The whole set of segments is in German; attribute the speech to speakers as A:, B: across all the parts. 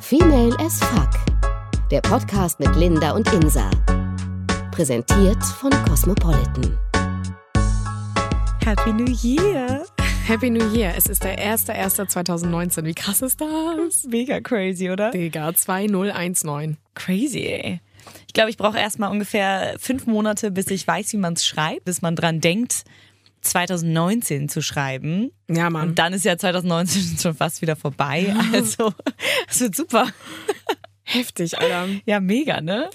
A: Female as Fuck. Der Podcast mit Linda und Insa. Präsentiert von Cosmopolitan.
B: Happy New Year!
C: Happy New Year. Es ist der 1.1.2019. Wie krass ist das?
B: Mega crazy, oder?
C: Digga, 2019.
B: Crazy, ey. Ich glaube, ich brauche erstmal ungefähr fünf Monate, bis ich weiß, wie man es schreibt, bis man dran denkt, 2019 zu schreiben.
C: Ja, Mann.
B: Und dann ist ja 2019 schon fast wieder vorbei. Also, es wird super.
C: Heftig, Alter.
B: Ja, mega, ne?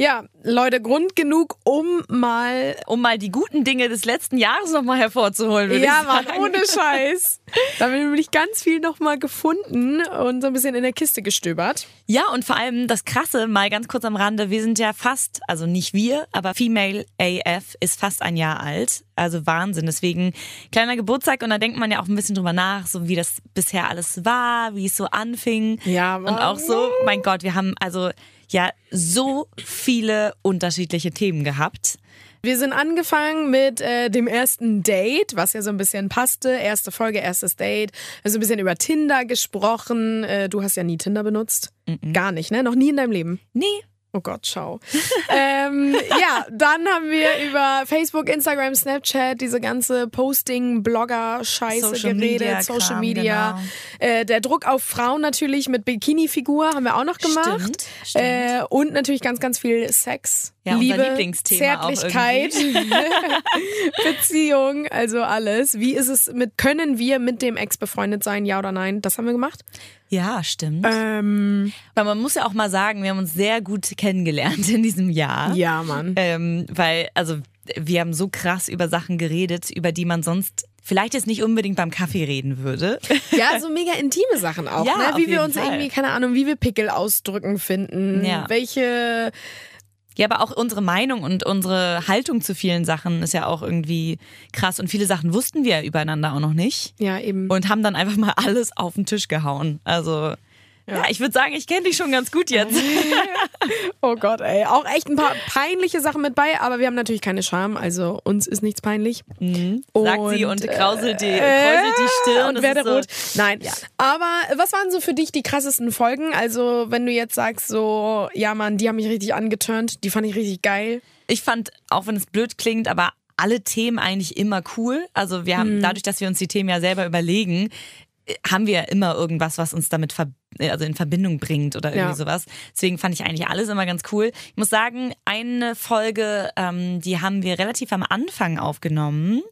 C: Ja, Leute, Grund genug, um mal.
B: Um mal die guten Dinge des letzten Jahres nochmal hervorzuholen. würde
C: Ja,
B: ich
C: Mann,
B: sagen.
C: ohne Scheiß. Da haben wir nämlich ganz viel nochmal gefunden und so ein bisschen in der Kiste gestöbert.
B: Ja, und vor allem das Krasse, mal ganz kurz am Rande, wir sind ja fast, also nicht wir, aber Female AF ist fast ein Jahr alt. Also Wahnsinn. Deswegen kleiner Geburtstag und da denkt man ja auch ein bisschen drüber nach, so wie das bisher alles war, wie es so anfing.
C: Ja,
B: Und
C: Mann.
B: auch so, mein Gott, wir haben also ja so viele unterschiedliche Themen gehabt.
C: Wir sind angefangen mit äh, dem ersten Date, was ja so ein bisschen passte. Erste Folge, erstes Date. Wir haben so ein bisschen über Tinder gesprochen. Äh, du hast ja nie Tinder benutzt. Gar nicht, ne? Noch nie in deinem Leben.
B: Nee.
C: Oh Gott, schau. ähm, ja, dann haben wir über Facebook, Instagram, Snapchat, diese ganze Posting-Blogger-Scheiße
B: Social
C: geredet,
B: Media
C: Social
B: Kram, genau.
C: Media. Äh, der Druck auf Frauen natürlich mit Bikini-Figur haben wir auch noch gemacht.
B: Stimmt, stimmt.
C: Äh, und natürlich ganz, ganz viel Sex,
B: Ja, unser
C: Liebe,
B: Lieblingsthema auch
C: Zärtlichkeit, Beziehung, also alles. Wie ist es mit, können wir mit dem Ex befreundet sein, ja oder nein? Das haben wir gemacht.
B: Ja, stimmt.
C: Ähm,
B: Weil man muss ja auch mal sagen, wir haben uns sehr gut kennengelernt in diesem Jahr.
C: ja, Mann.
B: Ähm, weil, also, wir haben so krass über Sachen geredet, über die man sonst vielleicht jetzt nicht unbedingt beim Kaffee reden würde.
C: Ja, so mega intime Sachen auch.
B: Ja,
C: ne?
B: auf
C: Wie wir
B: jeden
C: uns
B: Fall.
C: irgendwie, keine Ahnung, wie wir Pickel ausdrücken finden.
B: Ja.
C: Welche.
B: ja, aber auch unsere Meinung und unsere Haltung zu vielen Sachen ist ja auch irgendwie krass. Und viele Sachen wussten wir übereinander auch noch nicht.
C: Ja, eben.
B: Und haben dann einfach mal alles auf den Tisch gehauen. Also, ja, ich würde sagen, ich kenne dich schon ganz gut jetzt.
C: oh Gott, ey. Auch echt ein paar peinliche Sachen mit bei, aber wir haben natürlich keine Scham. Also uns ist nichts peinlich.
B: Mhm. Sagt sie und
C: äh,
B: krauselt die,
C: äh,
B: kräuselt die Stirn.
C: und
B: Das
C: werde
B: ist so,
C: rot. Nein. Aber was waren so für dich die krassesten Folgen? Also, wenn du jetzt sagst, so, ja, Mann, die haben mich richtig angeturnt, die fand ich richtig geil.
B: ich fand, auch wenn es blöd klingt, aber alle Themen eigentlich immer cool. Also wir
C: Mhm.
B: haben, dadurch, dass wir uns die Themen ja selber überlegen, äh, haben wir ja immer irgendwas, was uns damit ver äh, also in Verbindung bringt oder irgendwie
C: Ja.
B: sowas. Deswegen fand ich eigentlich alles immer ganz cool. Ich muss sagen, eine Folge, ähm, die haben wir relativ am Anfang aufgenommen.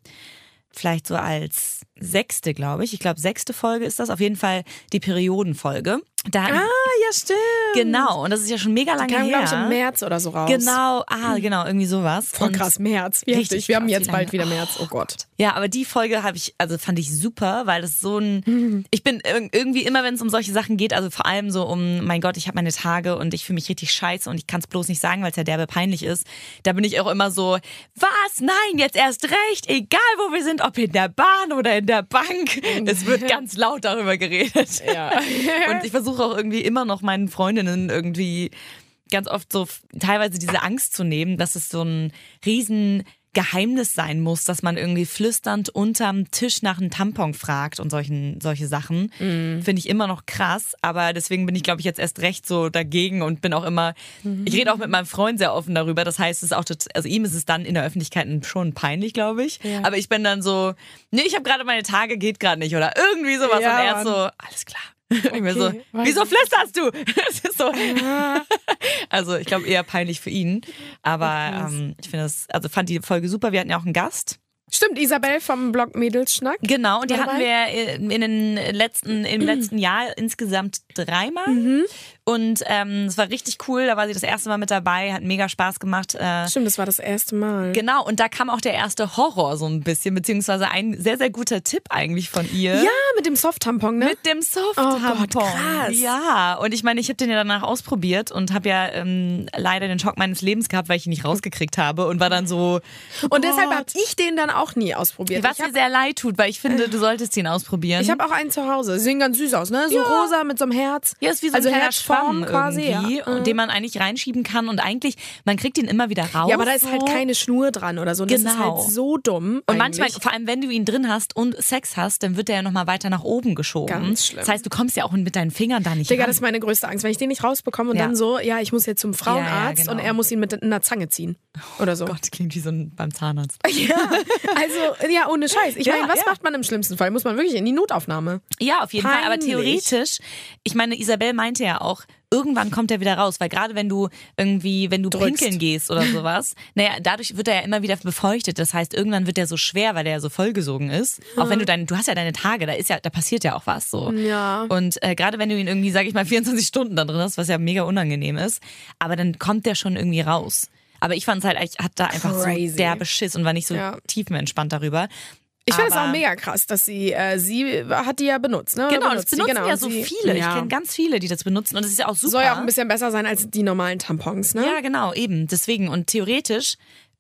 B: Vielleicht so als sechste, glaube ich. Ich glaube, sechste Folge ist das. Auf jeden Fall die Periodenfolge. Da,
C: ja, stimmt.
B: genau. Und das ist ja schon mega Ah, lange
C: Ah. Kam,
B: her.
C: glaube ich, im März oder so raus. Mhm.
B: Genau, ah, genau, irgendwie sowas.
C: Voll
B: Und-
C: krass, März. Wie
B: Richtig
C: heftig. Wir haben
B: krass,
C: jetzt
B: wie
C: bald
B: lange-
C: wieder März. Oh Gott.
B: Ja, aber die Folge habe ich, also fand ich super, weil das so ein. Ich bin irg- irgendwie immer, wenn es um solche Sachen geht, also vor allem so um, mein Gott, ich habe meine Tage und ich fühle mich richtig scheiße und ich kann es bloß nicht sagen, weil es ja derbe peinlich ist. Da bin ich auch immer so, was? Nein, jetzt erst recht, egal wo wir sind, ob in der Bahn oder in der Bank. Es wird ganz laut darüber geredet.
C: Ja.
B: Und ich versuche auch irgendwie immer noch meinen Freundinnen irgendwie ganz oft so f- teilweise diese Angst zu nehmen, dass es so ein riesen Geheimnis sein muss, dass man irgendwie flüsternd unterm Tisch nach einem Tampon fragt und solchen, solche Sachen. Finde ich immer noch krass, aber deswegen bin ich, glaube ich, jetzt erst recht so dagegen und bin auch immer, ich rede auch mit meinem Freund sehr offen darüber. Das heißt, es ist auch, tot- also ihm ist es dann in der Öffentlichkeit schon peinlich, glaube ich. Aber ich bin dann so, nee, ich habe gerade meine Tage, geht gerade nicht oder irgendwie sowas.
C: Ja,
B: und er ist
C: Mann.
B: so, alles klar. Und ich mir so,
C: Okay, weiß
B: wieso flüsterst du? Es ist so. Also ich glaube eher peinlich für ihn. Aber ähm, ich finde das, also fand die Folge super. Wir hatten ja auch einen Gast.
C: Stimmt, Isabel vom Blog Mädelsschnack.
B: Genau, und die
C: War
B: hatten wir in in den letzten, im letzten Jahr insgesamt dreimal. Und ähm, es war richtig cool. Da war sie das erste Mal mit dabei, hat mega Spaß gemacht. Äh,
C: Stimmt, das war das erste Mal.
B: Genau, und da kam auch der erste Horror so ein bisschen, beziehungsweise ein sehr, sehr guter Tipp eigentlich von ihr.
C: Ja, mit dem Soft-Tampon, ne?
B: Mit dem
C: Oh Gott,
B: Soft-Tampon.
C: krass.
B: Ja, und ich meine, ich habe den ja danach ausprobiert und habe ja ähm, leider den Schock meines Lebens gehabt, weil ich ihn nicht rausgekriegt habe und war dann so.
C: und deshalb habe ich den dann auch nie ausprobiert.
B: Was
C: ich Äh.
B: mir
C: habe
B: sehr leid tut, weil ich finde, du solltest ihn ausprobieren.
C: ich hab auch einen zu Hause. Sie sehen ganz süß aus, ne? So rosa mit so einem Herz.
B: Ja, ist wie so ein
C: also
B: kleiner Raum
C: Raum quasi,
B: irgendwie,
C: ja. Mhm.
B: den man eigentlich reinschieben kann und eigentlich, man kriegt ihn immer wieder raus.
C: Ja, aber da ist halt
B: so.
C: keine Schnur dran oder so. Und Das ist
B: Genau.
C: halt so dumm.
B: Und manchmal,
C: eigentlich.
B: vor allem wenn du ihn drin hast und Sex hast, dann wird der ja nochmal weiter nach oben geschoben.
C: Ganz schlimm.
B: Das heißt, du kommst ja auch mit deinen Fingern da nicht
C: Digga,
B: ran.
C: das ist meine größte Angst. Wenn ich den nicht rausbekomme und
B: Ja.
C: dann so, ja, ich muss jetzt zum Frauenarzt
B: genau. Oh
C: und er muss ihn mit einer Zange ziehen. Oder so.
B: Gott, klingt wie so ein beim Zahnarzt.
C: Ja. Also, ja, ohne Scheiß. Ich
B: Ja,
C: meine, was
B: ja.
C: macht man im schlimmsten Fall? Muss man wirklich in die Notaufnahme?
B: Ja, auf jeden Fall. Aber
C: Peinlich.
B: theoretisch, ich meine, Isabel meinte ja auch, irgendwann kommt er wieder raus, weil gerade wenn du irgendwie, wenn du
C: Drückst.
B: pinkeln gehst oder sowas, naja, dadurch wird er ja immer wieder befeuchtet. Das heißt, irgendwann wird er so schwer, weil er ja so vollgesogen ist. Auch wenn du deine, du hast ja deine Tage, da ist ja, da passiert ja auch was so.
C: Hm. Ja.
B: Und äh, gerade wenn du ihn irgendwie, sag ich mal, 24 Stunden da drin hast, was ja mega unangenehm ist, aber dann kommt der schon irgendwie raus. Aber ich fand es halt, ich hatte da einfach
C: Crazy.
B: so derbe Schiss und war nicht so
C: Ja.
B: tiefenentspannt darüber.
C: Ich finde es auch
B: Aber-
C: mega krass, dass sie, äh, sie hat die ja benutzt, ne? Oder
B: Genau, das
C: benutzt sie,
B: benutzen
C: genau,
B: ja so
C: sie-
B: viele.
C: Ja.
B: Ich kenne ganz viele, die das benutzen und das ist ja auch super.
C: Soll ja auch ein bisschen besser sein als die normalen Tampons, ne?
B: Ja, genau, eben. Deswegen und theoretisch,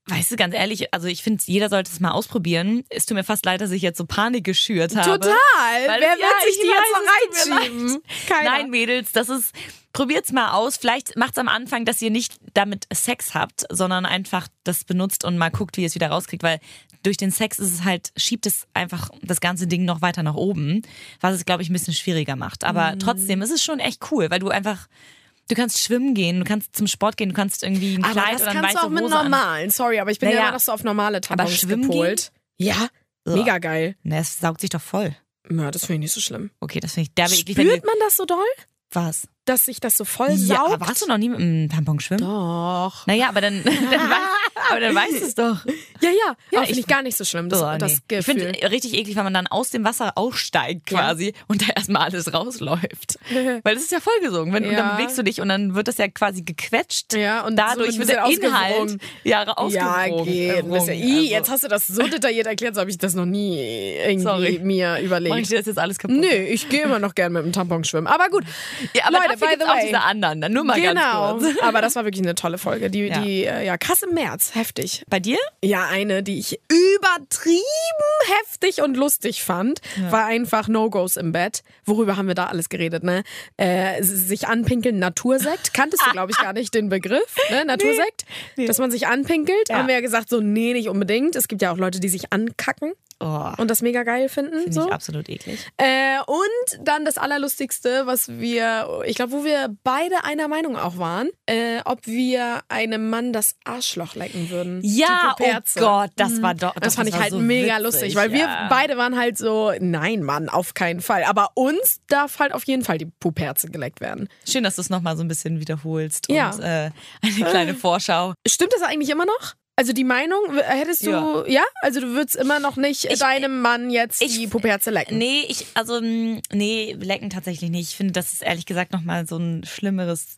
B: weißt du, ganz ehrlich, also ich finde, jeder sollte es mal ausprobieren. Es tut mir fast leid, dass ich jetzt so Panik geschürt habe.
C: Total!
B: Weil-
C: Wer
B: Ja,
C: wird sich
B: ich
C: die
B: weiß,
C: jetzt
B: es
C: so
B: tut mir
C: reinschieben?
B: leid. Nein, Mädels, das ist. Probiert's mal aus. Vielleicht macht's am Anfang, dass ihr nicht damit Sex habt, sondern einfach das benutzt und mal guckt, wie ihr es wieder rauskriegt, weil durch den Sex ist es halt, schiebt es einfach das ganze Ding noch weiter nach oben, was es, glaube ich, ein bisschen schwieriger macht. Aber
C: Mhm.
B: trotzdem ist es schon echt cool, weil du einfach, du kannst schwimmen gehen, du kannst zum Sport gehen, du kannst irgendwie ein
C: aber
B: Kleid
C: das
B: oder ein
C: kannst
B: weiße
C: du auch mit
B: Hose an.
C: normalen. Sorry, aber ich bin ja
B: Naja.
C: immer noch so auf normale Tampons
B: schwimmen
C: gepolt. Ja, mega geil.
B: Na, Ne, es saugt sich doch voll.
C: Ja, das finde ich nicht so schlimm.
B: Okay, das finde ich derbe eklig. wenn
C: Spürt
B: du-
C: man das so doll,
B: Was?
C: dass sich das so voll
B: Ja,
C: saugt?
B: aber hast du noch nie mit einem Tampon schwimmen?
C: Doch.
B: Naja, aber dann, dann, weiß, aber dann weißt du es doch.
C: Ja, ja. ja
B: ich-
C: finde ich gar nicht so schlimm, das,
B: Oh, nee.
C: das
B: ich
C: Gefühl.
B: finde richtig eklig, wenn man dann aus dem Wasser aussteigt quasi und da erstmal alles rausläuft. Weil das ist ja vollgesogen. Wenn, Und
C: Ja.
B: dann bewegst du dich und dann wird das ja quasi gequetscht.
C: Ja, und so
B: dadurch
C: ein
B: wird
C: bisschen
B: der Inhalt
C: ausgewogen.
B: ja
C: ja,
B: ausgewogen.
C: geht.
B: Erwogen.
C: Das ist ja, I,
B: äh, Also,
C: jetzt hast du das so detailliert erklärt, so habe ich das noch nie irgendwie
B: Sorry.
C: mir
B: Mach ich
C: überlegt.
B: dir das jetzt alles kaputt?
C: Nö, ich gehe immer noch gern mit dem Tampon schwimmen. Aber gut,
B: Ja, aber
C: Leute,
B: dafür
C: by
B: gibt's
C: the
B: auch
C: way.
B: diese anderen. Dann nur mal
C: genau.
B: ganz kurz.
C: Aber das war wirklich eine tolle Folge. Die,
B: Ja.
C: die äh, ja, krass im März, heftig.
B: Bei dir?
C: Ja, eine, die ich übertrieben heftig und lustig fand, war einfach No-Gos im Bett. Worüber haben wir da alles geredet, ne? Äh, sich anpinkeln, Natursekt. Kanntest du, glaube ich, gar nicht den Begriff, ne? Natursekt? Dass man sich anpinkelt. Haben wir ja gesagt, so, nee, nicht unbedingt. Es gibt ja auch Leute, die sich ankacken
B: Oh, finde
C: und das mega geil finden.
B: ich
C: so.
B: absolut eklig.
C: Äh, und dann das Allerlustigste, was wir, ich glaube, wo wir beide einer Meinung auch waren, äh, ob wir einem Mann das Arschloch lecken würden.
B: Ja,
C: Die
B: oh
C: Puperze.
B: Gott, das war doch.
C: Das
B: doch,
C: fand ich
B: war
C: halt
B: so
C: mega
B: witzig,
C: lustig, weil wir
B: ja.
C: beide waren halt so, nein, Mann, auf keinen Fall. Aber uns darf halt auf jeden Fall die Puperze geleckt werden.
B: Schön, dass du es nochmal so ein bisschen wiederholst
C: Ja.
B: und äh, eine kleine Vorschau.
C: Stimmt das eigentlich immer noch? Also die Meinung, w- hättest du, ja,
B: Ja.
C: also du würdest immer noch nicht deinem Mann jetzt
B: ich-
C: die Puperze lecken.
B: Nee, ich, also, mm, nee, lecken tatsächlich nicht. Ich finde, das ist ehrlich gesagt nochmal so ein schlimmeres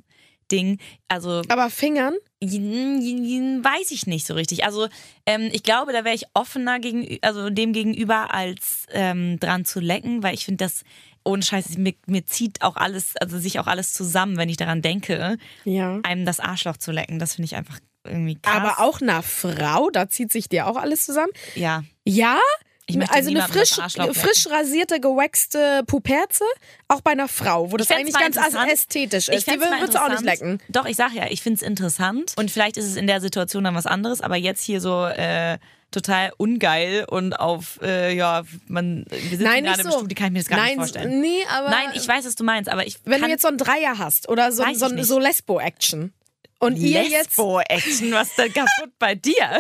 B: Ding. Also,
C: Aber Fingern?
B: jen- jen- jen- weiß ich nicht so richtig. Also, ähm, ich glaube, da wäre ich offener gegen, also dem gegenüber, als ähm, dran zu lecken, weil ich finde, das, ohne Scheiß, mir, mir zieht auch alles, also sich auch alles zusammen, wenn ich daran denke,
C: Ja.
B: einem das Arschloch zu lecken. Das finde ich einfach irgendwie krass.
C: Aber auch einer Frau, da zieht sich dir auch alles zusammen.
B: Ja.
C: Ja?
B: Ich möchte
C: also eine
B: niemandem das
C: frisch,
B: Arschloch lecken.
C: frisch rasierte, gewaxte Puperze, auch bei einer Frau, wo das
B: fänd's
C: eigentlich
B: mal
C: ganz
B: interessant.
C: ästhetisch ist. Die
B: fänd's mal
C: würdest du auch nicht lecken.
B: interessant. Doch, ich sag ja, ich find's interessant. Und vielleicht ist es in der Situation dann was anderes, aber jetzt hier so äh, total ungeil und auf, äh, ja, man, wir sitzen
C: Nein,
B: gerade
C: nicht
B: im
C: so.
B: Studio, kann ich mir das gar
C: Nein,
B: nicht vorstellen.
C: Nee, aber
B: Nein, ich weiß, was du meinst, aber ich
C: wenn du
B: kann
C: jetzt so einen Dreier hast oder so,
B: Weiß ich
C: so, ein-
B: nicht.
C: so Lesbo-Action und ihr jetzt...
B: Lesbo-Action, was ist denn kaputt bei dir?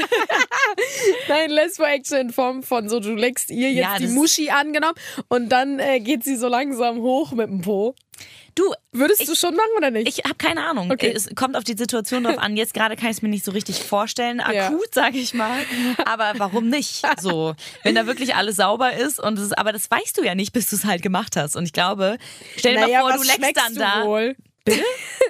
C: Nein, Lesbo-Action in Form von so, du leckst ihr jetzt
B: Ja,
C: die
B: das-
C: Muschi angenommen und dann äh, geht sie so langsam hoch mit dem Po.
B: Du,
C: Würdest
B: Ich-
C: du schon machen oder nicht?
B: ich habe keine Ahnung.
C: Okay.
B: Es kommt auf die Situation drauf an. Jetzt gerade kann ich es mir nicht so richtig vorstellen,
C: Ja.
B: akut, sage ich mal. Aber warum nicht? So, wenn da wirklich alles sauber ist und es, aber das weißt du ja nicht, bis du es halt gemacht hast. Und ich glaube, stell dir
C: naja,
B: mal vor,
C: was
B: du leckst
C: schmeckst
B: dann
C: du
B: da.
C: wohl?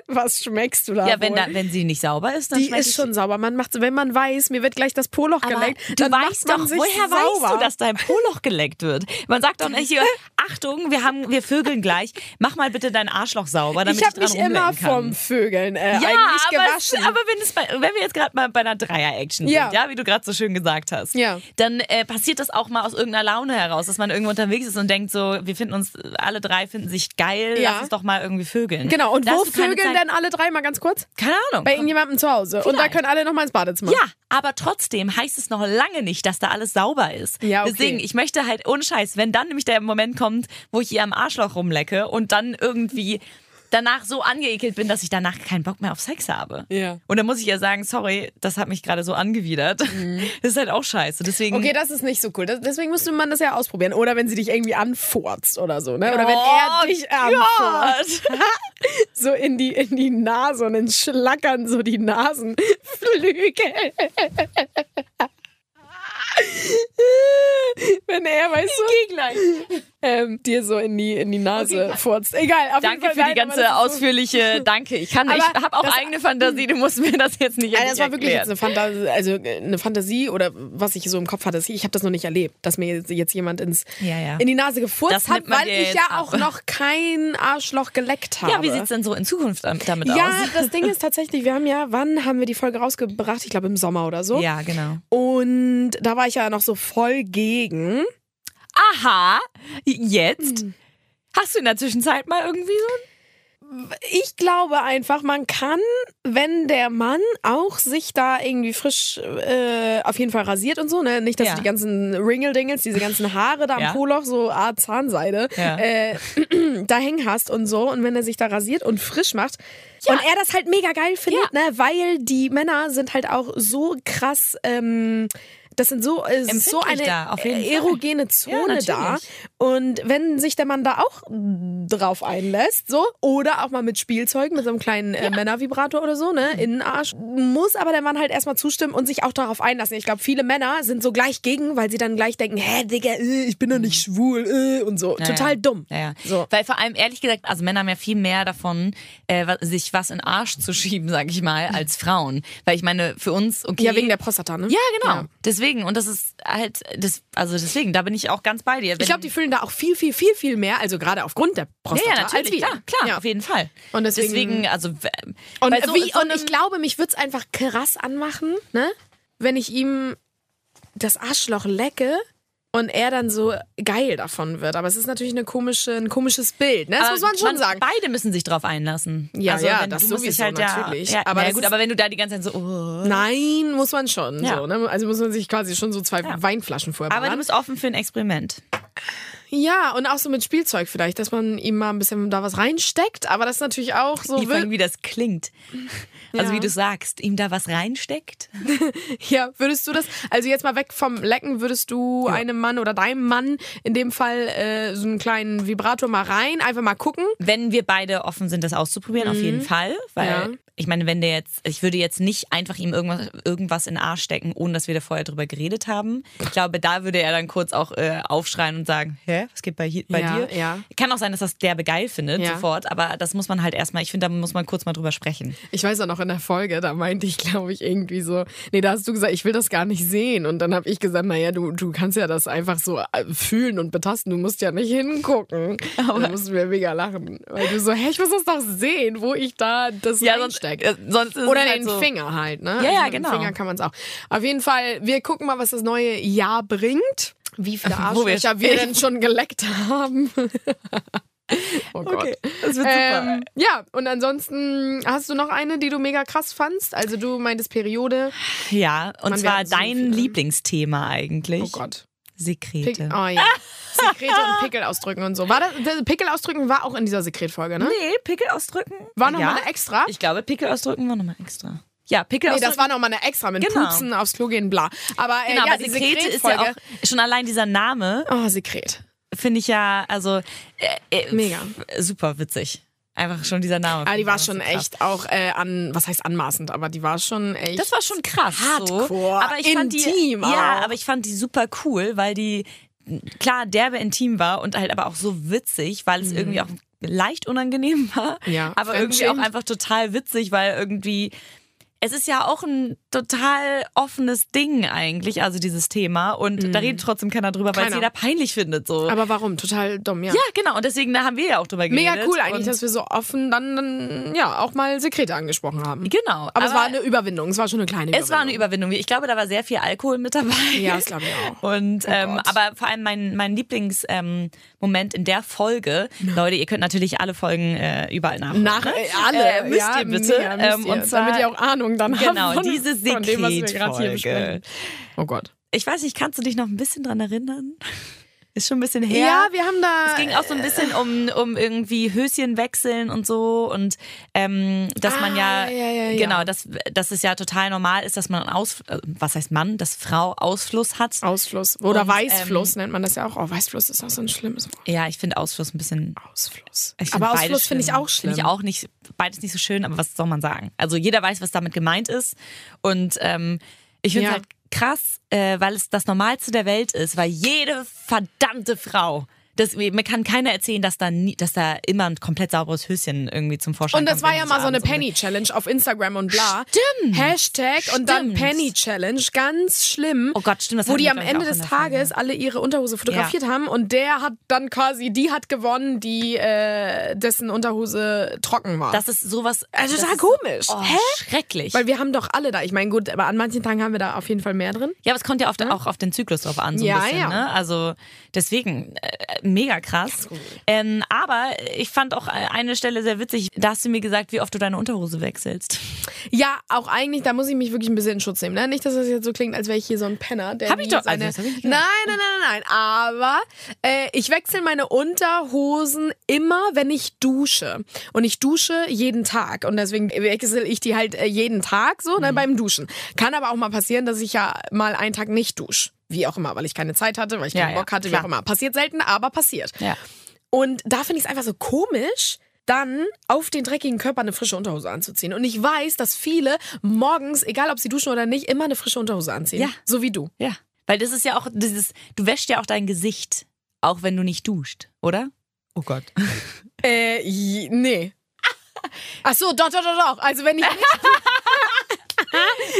C: was schmeckst du da
B: Ja, wenn,
C: wohl?
B: da, wenn sie nicht sauber ist, dann
C: Die
B: schmeckt
C: ist
B: es-
C: schon sauber. Man macht, wenn man weiß, mir wird gleich das Poloch
B: Aber
C: geleckt,
B: du
C: dann
B: weißt
C: macht
B: doch,
C: man sich
B: woher
C: sauber.
B: weißt du, dass dein Poloch geleckt wird? Man sagt doch nicht hier, Achtung, wir haben, wir vögeln gleich. Mach mal bitte dein Arschloch sauber, damit ich,
C: ich habe
B: dran
C: mich immer
B: rumlecken kann.
C: vom Vögeln äh,
B: Ja,
C: eigentlich
B: aber,
C: gewaschen.
B: Es, aber wenn, es bei, wenn wir jetzt gerade mal bei einer Dreier-Action
C: Ja.
B: sind, ja, wie du gerade so schön gesagt hast,
C: Ja.
B: dann äh, passiert das auch mal aus irgendeiner Laune heraus, dass man irgendwo unterwegs ist und denkt so, wir finden uns, alle drei finden sich geil,
C: Ja.
B: lass uns doch mal irgendwie vögeln.
C: Genau, und
B: da
C: Wo
B: hast du keine
C: vögeln
B: Zeit-
C: denn alle drei mal ganz kurz?
B: Keine Ahnung.
C: Bei irgendjemandem zu Hause. Und da
B: Vielleicht.
C: können alle nochmal ins Badezimmer.
B: Ja, aber trotzdem heißt es noch lange nicht, dass da alles sauber ist.
C: Ja, okay.
B: Deswegen, ich möchte halt ohne Scheiß, wenn dann nämlich der Moment kommt, wo ich ihr am Arschloch rumlecke und dann irgendwie danach so angeekelt bin, dass ich danach keinen Bock mehr auf Sex habe.
C: Ja.
B: Und dann muss ich ja sagen, sorry, das hat mich gerade so angewidert. Das ist halt auch scheiße. Deswegen
C: Mhm. Okay, das ist nicht so cool. Das, deswegen müsste man das ja ausprobieren. Oder wenn sie dich irgendwie anfurzt oder so, ne? Oder wenn er
B: Oh
C: dich anfurzt.
B: Gott.
C: So in die, in die Nase und dann schlackern so die Nasenflügel. wenn er, weißt du, ähm, dir so in die, in die Nase furzt. Egal. Auf jeden
B: Danke
C: Fall,
B: für die
C: nein, aber das ist
B: ganze
C: so-
B: ausführliche Danke. Ich kann, ich
C: Aber
B: habe auch
C: das-
B: eigene Fantasie. Du musst mir das jetzt nicht
C: Also das war wirklich jetzt
B: erklären.
C: eine Fantasie, also äh, eine Fantasie oder was ich so im Kopf hatte. Ich habe das noch nicht erlebt, dass mir jetzt- jetzt jemand ins,
B: Ja, ja.
C: in die Nase gefurzt
B: Das
C: hat,
B: nimmt man
C: weil
B: dir
C: ich
B: jetzt
C: ja
B: ab.
C: auch noch kein Arschloch geleckt habe.
B: Ja, wie sieht's denn so in Zukunft am- damit
C: Ja,
B: aus?
C: das Ding ist tatsächlich, wir haben ja, wann haben wir die Folge rausgebracht? Ich glaube im Sommer oder so.
B: Ja, genau.
C: Und da war ich ja noch so voll gegen.
B: Aha, jetzt? Hast du in der Zwischenzeit mal irgendwie so?
C: Ich glaube einfach, man kann, wenn der Mann auch sich da irgendwie frisch äh, auf jeden Fall rasiert und so, ne? Nicht, dass
B: Ja.
C: du die ganzen Ringeldingels, diese ganzen Haare da am
B: Ja.
C: Po-Loch, so Art Zahnseide,
B: Ja.
C: äh, da hängen hast und so. Und wenn er sich da rasiert und frisch macht und er das halt mega geil findet, ne? Weil die Männer sind halt auch so krass. Ähm, das sind so, äh, so
B: Empfindlich
C: eine
B: da, auf jeden
C: äh,
B: Fall.
C: erogene Zone
B: natürlich.
C: da. Und wenn sich der Mann da auch drauf einlässt, so, oder auch mal mit Spielzeugen, mit so einem kleinen äh, Männervibrator oder so,
B: Mhm.
C: ne, in den Arsch, muss aber der Mann halt erstmal zustimmen und sich auch darauf einlassen. Ich glaube, viele Männer sind so gleich gegen, weil sie dann gleich denken, hä, Digga, äh, ich bin doch nicht
B: Mhm.
C: schwul, äh, und so. Total dumm.
B: Naja.
C: So.
B: Weil vor allem, ehrlich gesagt, also Männer haben ja viel mehr davon, äh, wa- sich was in den Arsch zu schieben, sag ich mal, als Frauen. Weil ich meine, für uns, okay.
C: Hm. Ja, wegen der Prostata, ne?
B: Ja, genau. Deswegen, und das ist halt, das, also deswegen, da bin ich auch ganz bei dir.
C: Ich glaube, die fühlen da auch viel, viel, viel, viel mehr, also gerade aufgrund der
B: ja,
C: Prostata.
B: ja,
C: als wir.
B: natürlich, klar, klar,
C: Ja.
B: auf jeden Fall.
C: Und deswegen-
B: also, w-
C: Und,
B: bei so-
C: wie,
B: so
C: und ich
B: einem-
C: glaube, mich würde es einfach krass anmachen, ne? wenn ich ihm das Arschloch lecke und er dann so geil davon wird. Aber es ist natürlich eine komische, ein komisches Bild. Ne? Das
B: Aber
C: muss man schon sagen.
B: Beide müssen sich drauf einlassen.
C: Ja,
B: also,
C: ja,
B: wenn,
C: das
B: du musst dich halt,
C: sowieso, natürlich.
B: Ja, ja,
C: Aber
B: aber, ja,
C: das
B: gut,
C: ist-
B: aber wenn du da die ganze Zeit so, oh,
C: Nein, muss man schon.
B: Ja.
C: So, ne? Also muss man sich quasi schon so zwei
B: Ja.
C: Weinflaschen vorher
B: aber du
C: bewahren.
B: bist offen für ein Experiment.
C: Ja, und auch so mit Spielzeug vielleicht, dass man ihm mal ein bisschen da was reinsteckt. Aber das ist natürlich auch so...
B: Ich
C: Oh, will-
B: fand, wie das klingt. Also
C: Ja.
B: wie du sagst, ihm da was reinsteckt.
C: Ja, würdest du das, also jetzt mal weg vom Lecken, würdest du einem Mann oder deinem Mann in dem Fall äh, so einen kleinen Vibrator mal rein, einfach mal gucken?
B: Wenn wir beide offen sind, das auszuprobieren, auf jeden Fall. Weil
C: Mhm. Ja.
B: ich meine, wenn der jetzt, ich würde jetzt nicht einfach ihm irgendwas, irgendwas in den Arsch stecken, ohne dass wir da vorher drüber geredet haben. Ich glaube, da würde er dann kurz auch äh, aufschreien und sagen, hä, was geht bei, hier, bei
C: Ja,
B: dir?
C: ja.
B: Kann auch sein, dass das derbe geil findet
C: Ja.
B: sofort, aber das muss man halt erstmal, ich finde, da muss man kurz mal drüber sprechen.
C: Ich weiß auch noch in der Folge, da meinte ich, glaube ich, irgendwie so, nee, da hast du gesagt, ich will das gar nicht sehen. Und dann habe ich gesagt, naja, du, du kannst ja das einfach so äh, fühlen und betasten, du musst ja nicht hingucken. Aber da mussten wir mega lachen. Weil du so, hä, ich muss das doch sehen, wo ich da das ja, äh, reinstecke.
B: sonst ist
C: Oder
B: es halt
C: den
B: so,
C: Finger halt, ne?
B: ja,
C: mit dem
B: genau.
C: Finger kann man es auch. Auf jeden Fall, wir gucken mal, was das neue Jahr bringt. Wie viele
B: Wo wir-
C: Arschlöcher wir, denn schon geleckt haben. oh Gott.
B: Okay, das wird super.
C: Ähm, ja, und ansonsten hast du noch eine, die du mega krass fandst? Also du meintest Periode.
B: Ja, und
C: Mann, wir
B: zwar
C: hatten so
B: dein
C: viele.
B: Lieblingsthema eigentlich.
C: Oh Gott. Pick,
B: Sekrete.
C: oh ja. Sekrete und Pickel ausdrücken und so. War das, das Pickel ausdrücken war auch in dieser Sekretfolge, ne?
B: Nee, Pickel ausdrücken.
C: War noch
B: ja.
C: mal eine extra?
B: Ich glaube, Pickel ausdrücken war nochmal extra. Ja, Pickel
C: Nee,
B: ausdrücken.
C: das war nochmal eine extra mit
B: Genau.
C: Pupsen aufs Klo gehen, bla. Aber, äh,
B: genau,
C: ja,
B: aber
C: die
B: Sekrete ist
C: Sekretfolge-
B: ja auch schon allein dieser Name
C: Oh, Sekret.
B: finde ich ja also äh, äh,
C: Mega.
B: f- super witzig. Einfach schon dieser Name.
C: Ah,
B: finde
C: die
B: ich
C: war
B: einfach
C: schon
B: so krass.
C: echt auch äh, an, was heißt anmaßend, aber die war schon echt.
B: Das war schon krass. So.
C: Hardcore,
B: Aber ich fand die,
C: intim
B: ja,
C: auch.
B: aber ich fand die super cool, weil die klar derbe intim war und halt aber auch so witzig, weil es irgendwie auch leicht unangenehm war.
C: Mhm. Ja,
B: aber irgendwie auch
C: fremdschämend.
B: einfach total witzig, weil irgendwie es ist ja auch ein total offenes Ding eigentlich, also dieses Thema. Und da redet trotzdem keiner drüber, weil es
C: Mhm. Keiner.
B: jeder peinlich findet. So.
C: Aber warum? Total dumm, ja.
B: ja, genau. Und deswegen da haben wir ja auch drüber geredet.
C: Mega cool eigentlich,
B: und,
C: dass wir so offen dann, dann ja auch mal Sekrete angesprochen haben.
B: Genau.
C: Aber, es war eine Überwindung, es war schon eine kleine Überwindung.
B: Es war eine Überwindung. Ich glaube, da war sehr viel Alkohol mit dabei.
C: Ja, das glaube ich auch.
B: Und ähm,
C: Oh Gott.
B: aber vor allem mein, mein Lieblingsmoment ähm, Moment in der Folge, Leute, ihr könnt natürlich alle Folgen äh, überall nachholen.
C: Nach
B: ne?
C: äh, alle,
B: Äh, müsst
C: ja,
B: ihr bitte.
C: Mega, müsst
B: Ähm,
C: ihr.
B: und zwar-
C: damit ihr auch Ahnung dann
B: Genau,
C: habt von,
B: diese
C: von dem, was wir gerade hier
B: Sekret-Folge.
C: besprechen. Oh Gott.
B: Ich weiß nicht, kannst du dich noch ein bisschen dran erinnern? Ist schon ein bisschen her.
C: Ja, wir haben da.
B: Es ging auch so ein bisschen um, um irgendwie Höschen wechseln und so und ähm, dass man ja,
C: Ah, ja, ja, ja.
B: genau, dass, dass es ja total normal ist, dass man aus, äh, was heißt Mann, dass Frau Ausfluss
C: Oh.
B: hat.
C: Ausfluss oder
B: Und, ähm,
C: Weißfluss nennt man das ja auch. Oh, Weißfluss ist auch so ein schlimmes Wort.
B: Ja, ich finde Ausfluss ein bisschen
C: Ausfluss.
B: Ich find
C: Aber
B: beides
C: Ausfluss finde ich
B: schlimm.
C: auch schlimm.
B: Finde ich auch nicht, beides nicht so schön, aber was soll man sagen? Also jeder weiß, was damit gemeint ist. Und ähm, ich finde es
C: Ja.
B: halt krass, äh, weil es das Normalste der Welt ist, weil jede verdammte Frau. Das, mir kann keiner erzählen, dass da, nie, dass da immer ein komplett sauberes Höschen irgendwie zum Vorschein
C: Und
B: kommt.
C: das war
B: wenn
C: ja
B: du
C: mal so eine
B: abends
C: Penny Challenge auf Instagram und bla.
B: Stimmt.
C: Hashtag und dann
B: Stimmt.
C: Penny Challenge, ganz schlimm.
B: Oh Gott, stimmt, das
C: Wo
B: hatten
C: die
B: wir,
C: am
B: glaub ich,
C: Ende
B: auch in
C: des
B: der Folge.
C: Tages alle ihre Unterhose fotografiert haben und der hat dann quasi, die hat gewonnen, die äh, dessen Unterhose trocken war.
B: Das ist sowas.
C: also
B: das
C: total
B: ist-
C: komisch.
B: Oh, Schrecklich.
C: Weil wir haben doch alle da. Ich meine, gut, aber an manchen Tagen haben wir da auf jeden Fall mehr drin.
B: ja, aber es kommt ja auf, auch auf den Zyklus drauf an, so ein
C: Ja,
B: bisschen.
C: ja.
B: Ne? Also deswegen, äh, mega krass. Ähm, aber ich fand auch eine Stelle sehr witzig. Da hast du mir gesagt, wie oft du deine Unterhose wechselst.
C: Ja, auch eigentlich, da muss ich mich wirklich ein bisschen in Schutz nehmen. Ne? Nicht, dass das jetzt so klingt, als wäre ich hier so ein Penner. Der
B: Hab ich
C: nie
B: doch- also
C: Seine...
B: das hab ich nicht
C: nein, nein, nein, nein, nein. Aber äh, ich wechsle meine Unterhosen immer, wenn ich dusche. Und ich dusche jeden Tag. Und deswegen wechsle ich die halt äh, jeden Tag so
B: Mhm.
C: ne, beim Duschen. Kann aber auch mal passieren, dass ich ja mal einen Tag nicht dusche. Wie auch immer, weil ich keine Zeit hatte, weil ich
B: Ja,
C: keinen
B: ja,
C: Bock hatte, wie
B: klar.
C: auch immer. Passiert selten, aber passiert.
B: Ja.
C: Und da finde ich es einfach so komisch, dann auf den dreckigen Körper eine frische Unterhose anzuziehen. Und ich weiß, dass viele morgens, egal ob sie duschen oder nicht, immer eine frische Unterhose anziehen.
B: Ja.
C: So wie du.
B: Ja. Weil das ist ja auch dieses, du wäschst ja auch dein Gesicht, auch wenn du nicht duscht, oder? Oh Gott.
C: Äh, j- nee. Ach so, doch, doch, doch, doch. Also wenn ich nicht...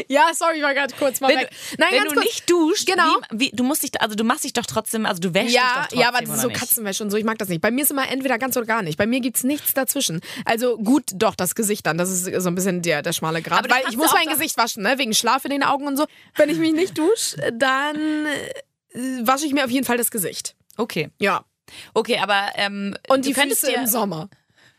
C: ja, sorry, ich war gerade kurz mal
B: Wenn,
C: weg. Nein,
B: wenn
C: ganz
B: du
C: kurz.
B: nicht duscht,
C: Genau.
B: wie, wie, du musst dich, also du machst dich doch trotzdem, also du wäschst dich doch
C: Ja,
B: trotzdem.
C: ja, aber das ist so
B: oder nicht?
C: Katzenwäsche und so. Ich mag das nicht. Bei mir ist immer entweder ganz oder gar nicht. Bei mir gibt's nichts dazwischen. Also gut, doch, das Gesicht dann. Das ist so ein bisschen der, der schmale Grat.
B: Aber du
C: Weil ich
B: kannst
C: muss
B: auch
C: mein
B: doch-
C: Gesicht waschen, ne? wegen Schlaf in den Augen und so. Wenn ich mich nicht dusche, dann äh, wasche ich mir auf jeden Fall das Gesicht.
B: Okay.
C: Ja.
B: Okay, aber ähm,
C: Und die
B: du könntest
C: Füße
B: dir,
C: im Sommer.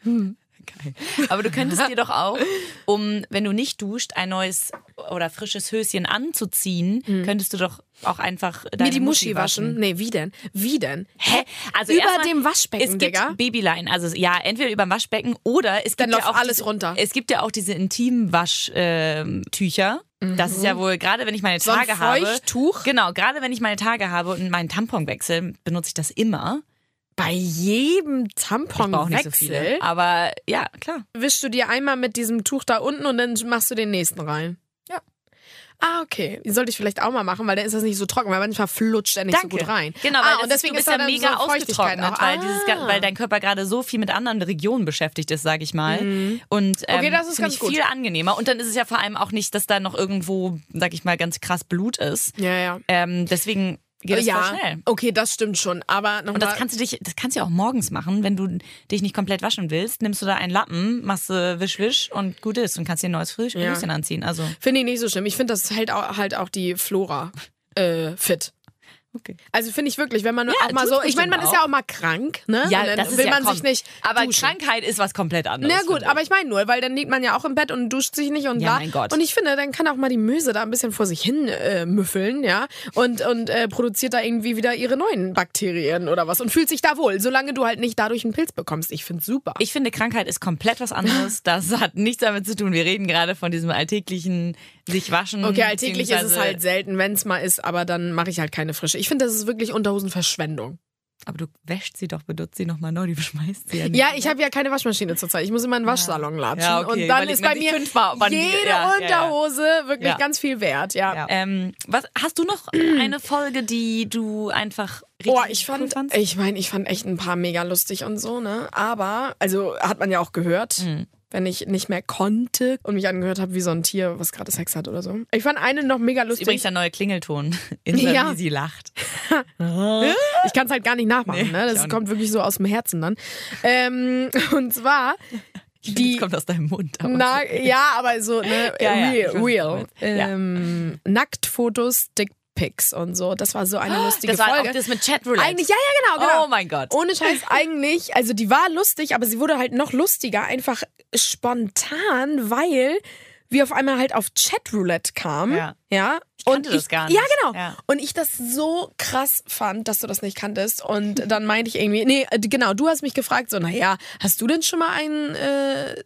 B: Geil. Aber du könntest dir doch auch, um, wenn du nicht duscht, ein neues oder frisches Höschen anzuziehen, könntest du doch auch einfach deine
C: Hm. Mir die Muschi waschen. Nee, wie denn? Wie denn?
B: Hä? Also
C: Über
B: erstmal,
C: dem Waschbecken,
B: es gibt
C: Digga.
B: Babyline. Also ja, entweder über dem Waschbecken oder es
C: Dann
B: gibt
C: läuft
B: ja auch
C: alles
B: diese,
C: runter.
B: Es gibt ja auch diese intimen Waschtücher. Das ist ja wohl gerade, wenn ich meine
C: Mhm. So ein
B: Tage habe.
C: Feuchttuch?
B: Genau, gerade wenn ich meine Tage habe und meinen Tampon wechsle, benutze ich das immer.
C: Bei
B: Brauche
C: jedem
B: nicht so
C: Tamponwechsel
B: viele. Ah, Aber ja, klar.
C: wischst du dir einmal mit diesem Tuch da unten und dann machst du den nächsten rein.
B: Ja.
C: Ah, okay. Den sollte ich vielleicht auch mal machen, weil dann ist das nicht so trocken, weil manchmal flutscht er nicht so gut rein.
B: Genau,
C: ah,
B: weil das
C: und deswegen
B: ist, du
C: da
B: bist ja
C: dann
B: mega
C: so Feuchtigkeit
B: ausgetrocknet,
C: auch.
B: weil,
C: ah.
B: dieses, ga- weil dein Körper gerade so viel mit anderen Regionen beschäftigt ist, sage ich mal. Und ähm,
C: Mhm. Okay, das ist
B: finde
C: ganz
B: ich
C: gut.
B: viel angenehmer. Und dann ist es ja vor allem auch nicht, dass da noch irgendwo, sag ich mal, ganz krass Blut ist.
C: Ja, ja.
B: Ähm, deswegen geht es
C: ja,
B: voll schnell.
C: okay, das stimmt schon. Aber nochmal.
B: Und das kannst du dich, das kannst du ja auch morgens machen, wenn du dich nicht komplett waschen willst, nimmst du da einen Lappen, machst du wisch wisch und gut ist und kannst dir ein neues Frühstück
C: Ja.
B: anziehen. Also
C: Finde ich nicht so schlimm. Ich finde, das hält auch, halt auch die Flora äh, fit.
B: okay.
C: Also finde ich wirklich, wenn man
B: Ja,
C: auch mal
B: tut's
C: so. Ich meine, man
B: bestimmt
C: ist ja auch mal krank, ne?
B: Ja,
C: und dann
B: das Ah, ist
C: will
B: ja,
C: man
B: komm,
C: sich nicht.
B: Aber
C: duschen.
B: Krankheit ist was komplett anderes.
C: Na gut,
B: finde ich.
C: aber ich meine nur, weil dann liegt man ja auch im Bett und duscht sich nicht und
B: Ja,
C: bla.
B: mein Gott.
C: Und ich finde, dann kann auch mal die Möse da ein bisschen vor sich hin äh, müffeln, ja, und, und äh, produziert da irgendwie wieder ihre neuen Bakterien oder was und fühlt sich da wohl, solange du halt nicht dadurch einen Pilz bekommst. Ich finde super.
B: Ich finde, Krankheit ist komplett was anderes. Das hat nichts damit zu tun. Wir reden gerade von diesem alltäglichen sich waschen.
C: Okay, alltäglich ist es
B: beziehungsweise-
C: halt selten, wenn es mal ist, aber dann mache ich halt keine frische. Ich finde, das ist wirklich Unterhosenverschwendung.
B: Aber du wäschst sie doch, benutzt sie nochmal neu, du schmeißt sie ja nicht.
C: Ja, ich habe ja keine Waschmaschine zurzeit. Ich muss immer in den Waschsalon latschen.
B: Ja, okay.
C: Und dann
B: Überlegt
C: ist
B: man
C: bei
B: sich
C: mir
B: fünfmal, ob man die-
C: jede
B: ja, ja, ja.
C: Unterhose wirklich
B: Ja.
C: ganz viel wert,
B: Ja. Ähm, was, hast du noch eine Folge, die du einfach richtig
C: Boah, Oh, ich
B: cool
C: fand,
B: fandst? Mhm.
C: ich meine, ich fand echt ein paar mega lustig und so, ne? Aber, also hat man ja auch gehört, wenn ich nicht mehr konnte und mich angehört habe wie so ein Tier, was gerade Sex hat oder so. Ich fand eine noch mega
B: Das ist übrigens
C: lustig.
B: der neue Klingelton, Insa,
C: Ja.
B: wie sie lacht.
C: Ich kann es halt gar nicht nachmachen.
B: Nee,
C: ne?
B: ich auch
C: Das
B: nicht.
C: kommt wirklich so aus dem Herzen dann. Ähm, und zwar
B: Die
C: die
B: kommt aus deinem Mund. aber-
C: Na, ja, aber so, ne,
B: Ja, ja, ich weiß,
C: real,
B: was du
C: real.
B: meinst. Ja.
C: Ähm, Nacktfotos, Dickpics und so. Das war so eine lustige
B: das war auch
C: Folge.
B: das mit Chat Roulette.
C: Eigentlich, ja, ja, genau, genau.
B: Oh mein Gott.
C: Ohne Scheiß eigentlich, also die war lustig, aber sie wurde halt noch lustiger, einfach spontan, weil wir auf einmal halt auf Chatroulette kamen.
B: Ja.
C: ja ich
B: kannte
C: und
B: das gar
C: Ja,
B: nicht.
C: genau.
B: Ja.
C: Und ich das so krass fand, dass du das nicht kanntest. Und dann meinte ich irgendwie, nee, äh, genau, du hast mich gefragt, so, naja, hast du denn schon mal ein äh,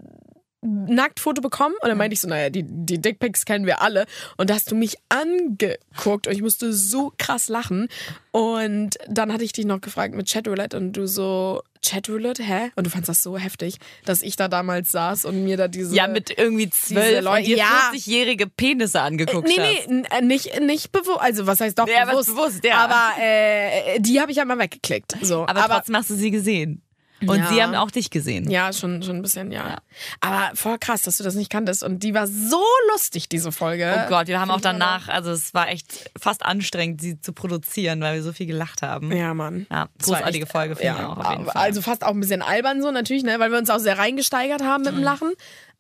C: Nacktfoto bekommen? Und dann meinte ich so, naja, die, die Dickpics kennen wir alle. Und da hast du mich angeguckt und ich musste so krass lachen. Und dann hatte ich dich noch gefragt mit Chatroulette und du so, Chatroulette, hä? Und du fandst das so heftig, dass ich da damals saß und mir da diese...
B: Ja, mit irgendwie zwölf
C: Leute-
B: und dir
C: Ja.
B: 40-jährige Penisse angeguckt
C: Nee,
B: hast.
C: nee, n- äh, nicht, nicht bewusst. Also, was heißt doch
B: Ja, was
C: bewusst?
B: bewusst, ja.
C: Aber äh, die habe ich ja mal weggeklickt. So.
B: Aber, trotzdem hast du sie gesehen. Und
C: Ja.
B: sie haben auch dich gesehen.
C: ja, schon, schon ein bisschen, ja. Aber voll krass, dass du das nicht kanntest. Und die war so lustig, diese Folge.
B: Oh Gott, wir haben auch danach, also es war echt fast anstrengend, sie zu produzieren, weil wir so viel gelacht haben. Ja,
C: Ja, Mann. Das war
B: großartige
C: echt-
B: Folge für mich auch auf jeden
C: aber-
B: Fall.
C: Also fast auch ein bisschen albern so natürlich, ne? weil wir uns auch sehr reingesteigert haben mit dem Lachen.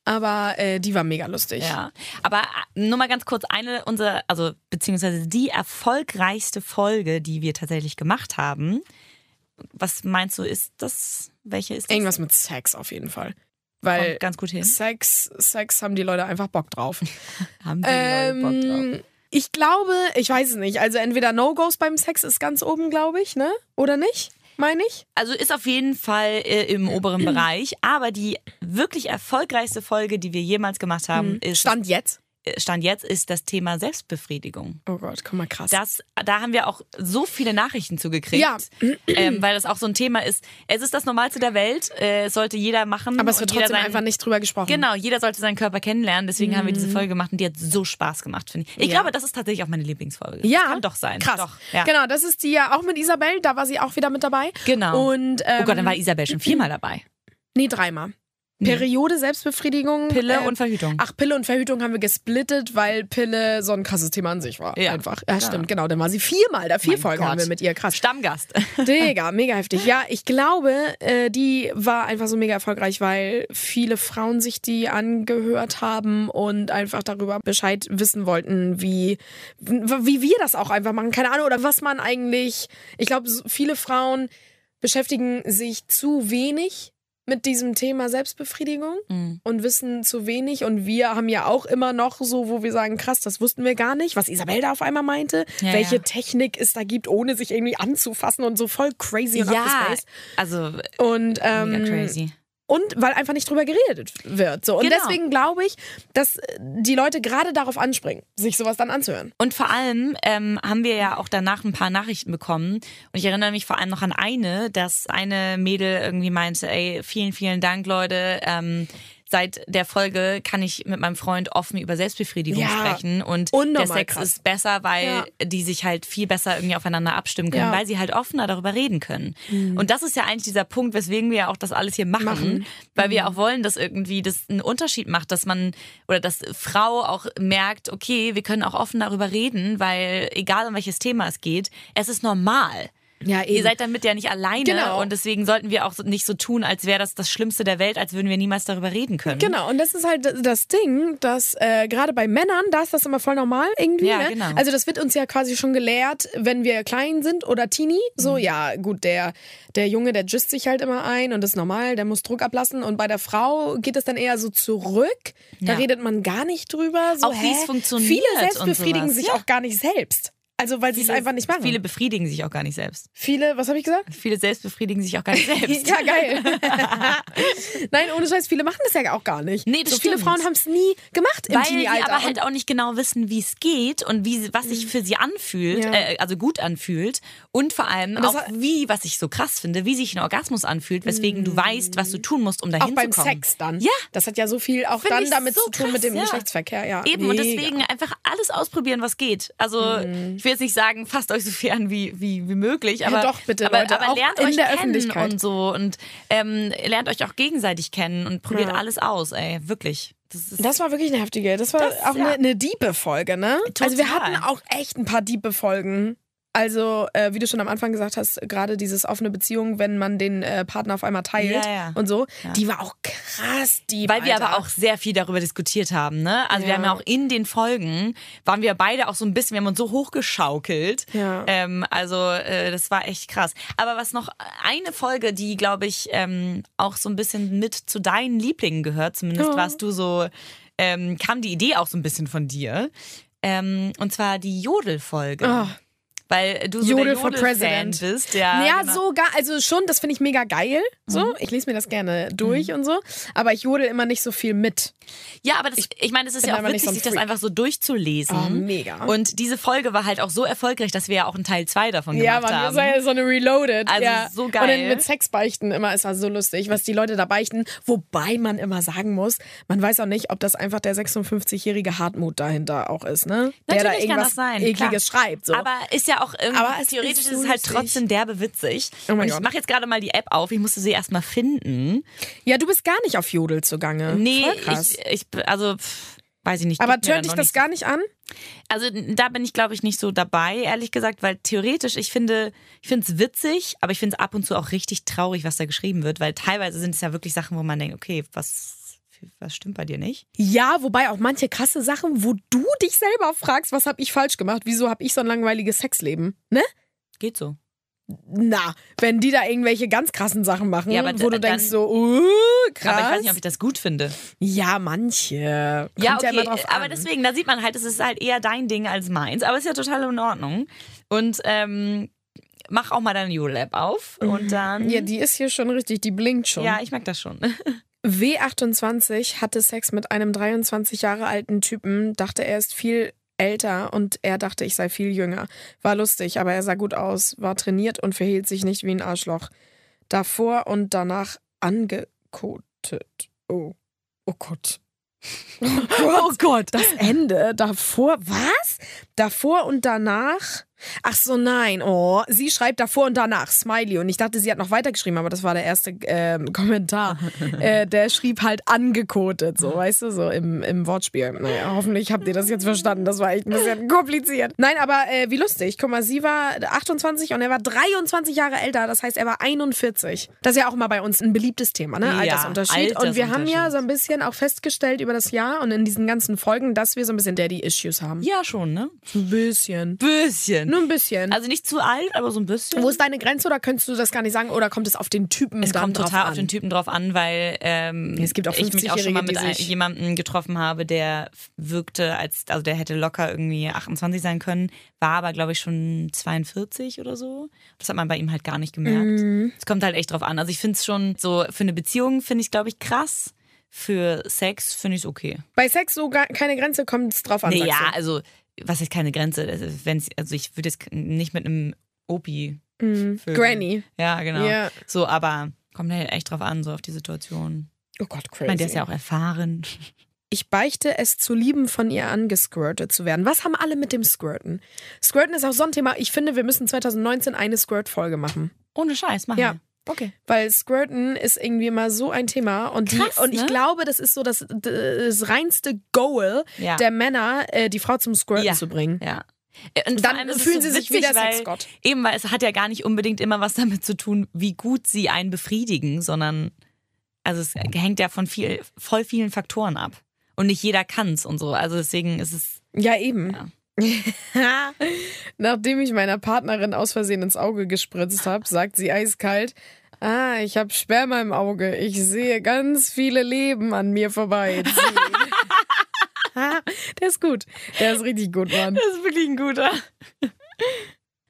C: Aber äh, die war mega lustig.
B: Mhm. ja. Aber äh, nur mal ganz kurz, eine unserer, also beziehungsweise die erfolgreichste Folge, die wir tatsächlich gemacht haben. Was meinst du, ist das? Welche ist das?
C: Irgendwas mit Sex auf jeden Fall.
B: Kommt
C: Weil
B: ganz gut hin.
C: Sex, Sex haben die Leute einfach Bock drauf.
B: Haben die Leute Bock drauf?
C: Ähm, ich glaube, ich weiß es nicht. Also entweder No-Gos beim Sex ist ganz oben, glaube ich, ne? Oder nicht? Meine ich?
B: Also ist auf jeden Fall äh, im oberen Bereich, aber die wirklich erfolgreichste Folge, die wir jemals gemacht
C: Mhm.
B: haben, ist
C: Stand jetzt.
B: äh, Stand jetzt ist das Thema Selbstbefriedigung.
C: Oh Gott, guck mal krass.
B: Das, da haben wir auch so viele Nachrichten zugekriegt,
C: Ja.
B: ähm, weil das auch so ein Thema ist. Es ist das Normalste der Welt, äh, es sollte jeder machen.
C: Aber es wird
B: und jeder
C: trotzdem
B: seinen-
C: einfach nicht drüber gesprochen.
B: Genau, jeder sollte seinen Körper kennenlernen. Deswegen haben wir diese Folge gemacht und die hat so Spaß gemacht, finde ich. Ich
C: Ja.
B: glaube, das ist tatsächlich auch meine Lieblingsfolge.
C: Ja.
B: Das kann doch sein.
C: Krass.
B: Doch, ja.
C: Genau, das ist die ja auch mit Isabel, da war sie auch wieder mit dabei.
B: Genau.
C: Und, ähm,
B: oh Gott, dann war Isabel schon viermal dabei.
C: Nee, dreimal. Periode, Selbstbefriedigung.
B: Pille
C: äh,
B: und Verhütung.
C: Ach, Pille und Verhütung haben wir gesplittet, weil Pille so ein krasses Thema an sich war.
B: Ja.
C: Einfach. Ja, stimmt, genau. Dann war sie viermal da. Vier
B: Mein
C: Folgen haben
B: Gott.
C: wir mit ihr. Krass.
B: Stammgast.
C: Digga, mega heftig. Ja, ich glaube, äh, die war einfach so mega erfolgreich, weil viele Frauen sich die angehört haben und einfach darüber Bescheid wissen wollten, wie, wie wir das auch einfach machen. Keine Ahnung, oder was man eigentlich. Ich glaube, so viele Frauen beschäftigen sich zu wenig mit diesem Thema Selbstbefriedigung
B: Mhm.
C: und wissen zu wenig. Und wir haben ja auch immer noch so, wo wir sagen, krass, das wussten wir gar nicht, was Isabel da auf einmal meinte,
B: Ja,
C: welche
B: ja.
C: Technik es da gibt, ohne sich irgendwie anzufassen und so voll crazy und
B: ja,
C: abgespaced.
B: also
C: Und,
B: mega
C: ähm,
B: crazy.
C: und weil einfach nicht drüber geredet wird. So. Und
B: Genau.
C: deswegen glaube ich, dass äh, die Leute gerade darauf anspringen, sich sowas dann anzuhören.
B: Und vor allem ähm, haben wir ja auch danach ein paar Nachrichten bekommen. Und ich erinnere mich vor allem noch an eine, dass eine Mädel irgendwie meinte, ey, vielen, vielen Dank, Leute. Ähm, seit der Folge kann ich mit meinem Freund offen über Selbstbefriedigung
C: Ja,
B: sprechen. Und der
C: unnormal
B: Sex
C: krass.
B: ist besser, weil
C: Ja.
B: die sich halt viel besser irgendwie aufeinander abstimmen können,
C: Ja. Mhm.
B: weil sie halt offener darüber reden können. Und das ist ja eigentlich dieser Punkt, weswegen wir ja auch das alles hier machen, weil
C: Mhm.
B: wir auch wollen, dass irgendwie das einen Unterschied macht, dass man oder dass Frau auch merkt, okay, wir können auch offen darüber reden, weil egal um welches Thema es geht, es ist normal.
C: Ja,
B: Ihr seid damit ja nicht alleine
C: Genau.
B: und deswegen sollten wir auch so- nicht so tun, als wäre das das Schlimmste der Welt, als würden wir niemals darüber reden können.
C: Genau, und das ist halt das Ding, dass äh, gerade bei Männern, da ist das immer voll normal irgendwie.
B: Ja,
C: ne?
B: genau.
C: Also das wird uns ja quasi schon gelehrt, wenn wir klein sind oder Teenie. So,
B: Hm.
C: ja, gut, der, der Junge, der gist sich halt immer ein und das ist normal, der muss Druck ablassen. Und bei der Frau geht es dann eher so zurück. Da
B: Ja.
C: redet man gar nicht drüber. So,
B: Auch wie
C: hä?
B: es funktioniert
C: Viele
B: und
C: selbstbefriedigen
B: sowas.
C: sich
B: Ja.
C: auch gar nicht selbst. Also weil sie es einfach nicht machen.
B: Viele
C: Viele,
B: befriedigen sich auch gar nicht selbst.
C: viele was habe ich gesagt?
B: Viele selbst befriedigen sich auch gar nicht selbst.
C: Ja, geil. Nein, ohne Scheiß, viele machen das ja auch gar nicht.
B: Nee, das
C: so viele
B: stimmt.
C: Frauen haben es nie gemacht im
B: weil die
C: Teenie-Alter.
B: aber
C: Und Mhm.
B: halt auch nicht genau wissen, wie es geht und wie sie- was sich für sie anfühlt,
C: Ja.
B: äh, also gut anfühlt und vor allem
C: das
B: auch
C: hat-
B: wie, was ich so krass finde, wie sich ein Orgasmus anfühlt, weswegen du weißt, was du tun musst, um
C: Mhm. Auch
B: dahin
C: beim
B: zu kommen.
C: Sex dann.
B: Ja.
C: Das hat ja so viel auch
B: Find
C: dann
B: ich
C: damit
B: so
C: zu tun
B: krass,
C: mit dem
B: ja.
C: Geschlechtsverkehr, ja.
B: Eben und
C: Mega. Mhm.
B: deswegen einfach alles ausprobieren, was geht. Also ich will jetzt nicht sagen, fasst euch so viel an wie, wie, wie möglich, aber,
C: doch, bitte,
B: aber,
C: Leute,
B: aber
C: auch
B: lernt
C: in
B: euch
C: der
B: kennen
C: Öffentlichkeit.
B: und so und ähm, lernt euch auch gegenseitig kennen und probiert
C: Ja.
B: alles aus, ey, wirklich. Das ist
C: Das war wirklich eine heftige. Das war
B: Das,
C: auch
B: ja.
C: eine, eine diebe Folge, ne? Also wir
B: Total.
C: hatten auch echt ein paar diebe Folgen. Also, äh, wie du schon am Anfang gesagt hast, gerade dieses offene Beziehung, wenn man den äh, Partner auf einmal teilt
B: Ja, ja.
C: und so, die war auch krass deep.
B: Weil wir
C: Alter.
B: aber auch sehr viel darüber diskutiert haben, ne? Also wir
C: Ja.
B: haben ja auch in den Folgen, waren wir beide auch so ein bisschen, wir haben uns so hochgeschaukelt.
C: Ja.
B: Ähm, also äh, das war echt krass. Aber was noch eine Folge, die, glaube ich, ähm, auch so ein bisschen mit zu deinen Lieblingen gehört, zumindest
C: Ja.
B: warst du so, ähm, kam die Idee auch so ein bisschen von dir. Ähm, und zwar die Jodel-Folge.
C: Ah.
B: Weil du so
C: Jodel
B: der
C: for
B: Jodel-Fan
C: President.
B: bist. Ja,
C: ja,
B: genau. Mhm.
C: sogar, also schon, das finde ich mega geil. So, ich lese mir das gerne durch und so, aber ich jodel immer nicht so viel mit.
B: Ja, aber das, ich, meine, es ist
C: bin
B: ja auch
C: einfach
B: witzig,
C: nicht so ein
B: sich das
C: Freak.
B: einfach so durchzulesen.
C: Oh, mega.
B: Und diese Folge war halt auch so erfolgreich, dass wir ja auch einen Teil 2 davon
C: Ja,
B: gemacht
C: Mann, das
B: haben.
C: war ja so eine Reloaded.
B: Also
C: ja.
B: so
C: Und
B: geil.
C: dann mit Sexbeichten immer, es war so lustig, was die Leute da beichten. Wobei man immer sagen muss, man weiß auch nicht, ob das einfach der 56-jährige Hartmut dahinter auch ist, ne?
B: Natürlich
C: der da
B: kann
C: irgendwas
B: das sein,
C: Ekliges
B: klar.
C: schreibt. So.
B: Aber ist ja auch irgendwie,
C: Aber es
B: theoretisch
C: ist
B: ist,
C: so
B: es halt
C: lustig.
B: trotzdem derbe witzig.
C: Oh mein
B: Und ich
C: Gott.
B: mache jetzt gerade mal die App auf, ich musste sie erstmal finden.
C: ja, du bist gar nicht auf Jodel zugange.
B: Nee,
C: Voll krass.
B: ich, ich, also, pff, weiß ich nicht.
C: aber
B: gibt mir
C: tönt
B: dann
C: dich
B: noch
C: das
B: nicht.
C: gar nicht an?
B: Also da bin ich, glaube ich, nicht so dabei, ehrlich gesagt, weil theoretisch, ich finde, ich finde es witzig, aber ich finde es ab und zu auch richtig traurig, was da geschrieben wird, weil teilweise sind es ja wirklich Sachen, wo man denkt, okay, was, was stimmt bei dir nicht?
C: Ja, wobei auch manche krasse Sachen, wo du dich selber fragst, was habe ich falsch gemacht? Wieso habe ich so ein langweiliges Sexleben? Ne?
B: Geht so.
C: Na, wenn die da irgendwelche ganz krassen Sachen machen,
B: Ja, aber
C: wo du
B: dann-
C: denkst so, uh, krass.
B: Aber ich weiß nicht, ob ich das gut finde.
C: Ja, manche. Kommt
B: ja, okay,
C: immer drauf
B: aber
C: an.
B: deswegen, da sieht man halt, es ist halt eher dein Ding als meins, aber ist ja total in Ordnung. Und ähm, mach auch mal deine Jodel-App auf und dann.
C: Mhm. Ja, die ist hier schon richtig, die blinkt schon.
B: Mhm. ja, ich merke das schon.
C: W28 hatte Sex mit einem 23 Jahre alten Typen, dachte er ist viel älter und er dachte, ich sei viel jünger. War lustig, aber er sah gut aus, war trainiert und verhielt sich nicht wie ein Arschloch. Davor und danach angekotet. Oh. Oh Gott.
B: Oh Gott.
C: Das Ende davor, was? Davor und danach? Ach so, nein. Oh, sie schreibt davor und danach, Smiley. Und ich dachte, sie hat noch weitergeschrieben, aber das war der erste ähm, Kommentar. äh, der schrieb halt angekotet, so, weißt du, so im, im Wortspiel. Naja, hoffentlich habt ihr das jetzt verstanden. Das war echt ein bisschen kompliziert. Nein, aber äh, wie lustig. Guck mal, sie war 28 und er war 23 Jahre älter. Das heißt, er war 41. Das ist ja auch immer bei uns ein beliebtes Thema, ne?
B: Ja,
C: Altersunterschied. Und wir haben ja
B: Altersunterschied.
C: so ein bisschen auch festgestellt über das Jahr und in diesen ganzen Folgen, dass wir so ein bisschen Daddy-Issues haben.
B: Ja, schon, ne?
C: Ein bisschen.
B: Bisschen.
C: Nur ein bisschen.
B: Also nicht zu alt, aber so ein bisschen.
C: wo ist deine Grenze oder könntest du das gar nicht sagen oder kommt es auf den Typen
B: es
C: dann
B: kommt
C: drauf
B: total
C: an?
B: auf den Typen drauf an, weil ähm,
C: Es gibt auch
B: ich mich auch schon mal
C: 50-Jährige,
B: mit
C: die
B: ein-
C: sich-
B: jemandem getroffen habe, der wirkte als, also der hätte locker irgendwie 28 sein können, war aber glaube ich schon 42 oder so. Das hat man bei ihm halt gar nicht gemerkt.
C: Mhm.
B: Es kommt halt echt drauf an. Also ich finde es schon so für eine Beziehung finde ich glaube ich krass. Für Sex finde ich es okay.
C: Bei Sex so gar keine Grenze kommt es drauf an.
B: Nee,
C: sagst
B: ja,
C: du.
B: also was ist keine Grenze? Also, wenn's, also ich würde jetzt nicht mit einem Opi. vögeln.
C: Hm. Granny.
B: Ja, genau.
C: Ja.
B: So, aber kommt halt echt drauf an, so auf die Situation.
C: Oh Gott, crazy.
B: Ich meine, der ist ja auch erfahren.
C: ich beichte es zu lieben, von ihr angesquirtet zu werden. Was haben alle mit dem Squirten? Squirten ist auch so ein Thema. Ich finde, wir müssen 2019 eine Squirt-Folge machen.
B: Ohne Scheiß, machen
C: Ja.
B: wir. Okay.
C: Weil Squirten ist irgendwie immer so ein Thema. Und, die,
B: Krass,
C: und ich
B: ne?
C: glaube, das ist so das, das reinste Goal
B: Ja.
C: der Männer, äh, die Frau zum Squirten
B: Ja.
C: zu bringen.
B: Ja. Und
C: Dann
B: vor allem ist es
C: fühlen
B: so
C: sie sich
B: witzig,
C: wie der
B: weil-
C: Sexgott.
B: Eben, weil es hat ja gar nicht unbedingt immer was damit zu tun, wie gut sie einen befriedigen, sondern also es hängt ja von viel, voll vielen Faktoren ab. Und nicht jeder kann's und so. Also deswegen ist es.
C: Ja, eben. Nachdem ich meiner Partnerin aus Versehen ins Auge gespritzt habe, sagt sie eiskalt, ah, ich habe Sperma im Auge. Ich sehe ganz viele Leben an mir vorbei. Der ist gut. Der ist richtig gut, Mann.
B: Das ist wirklich ein guter.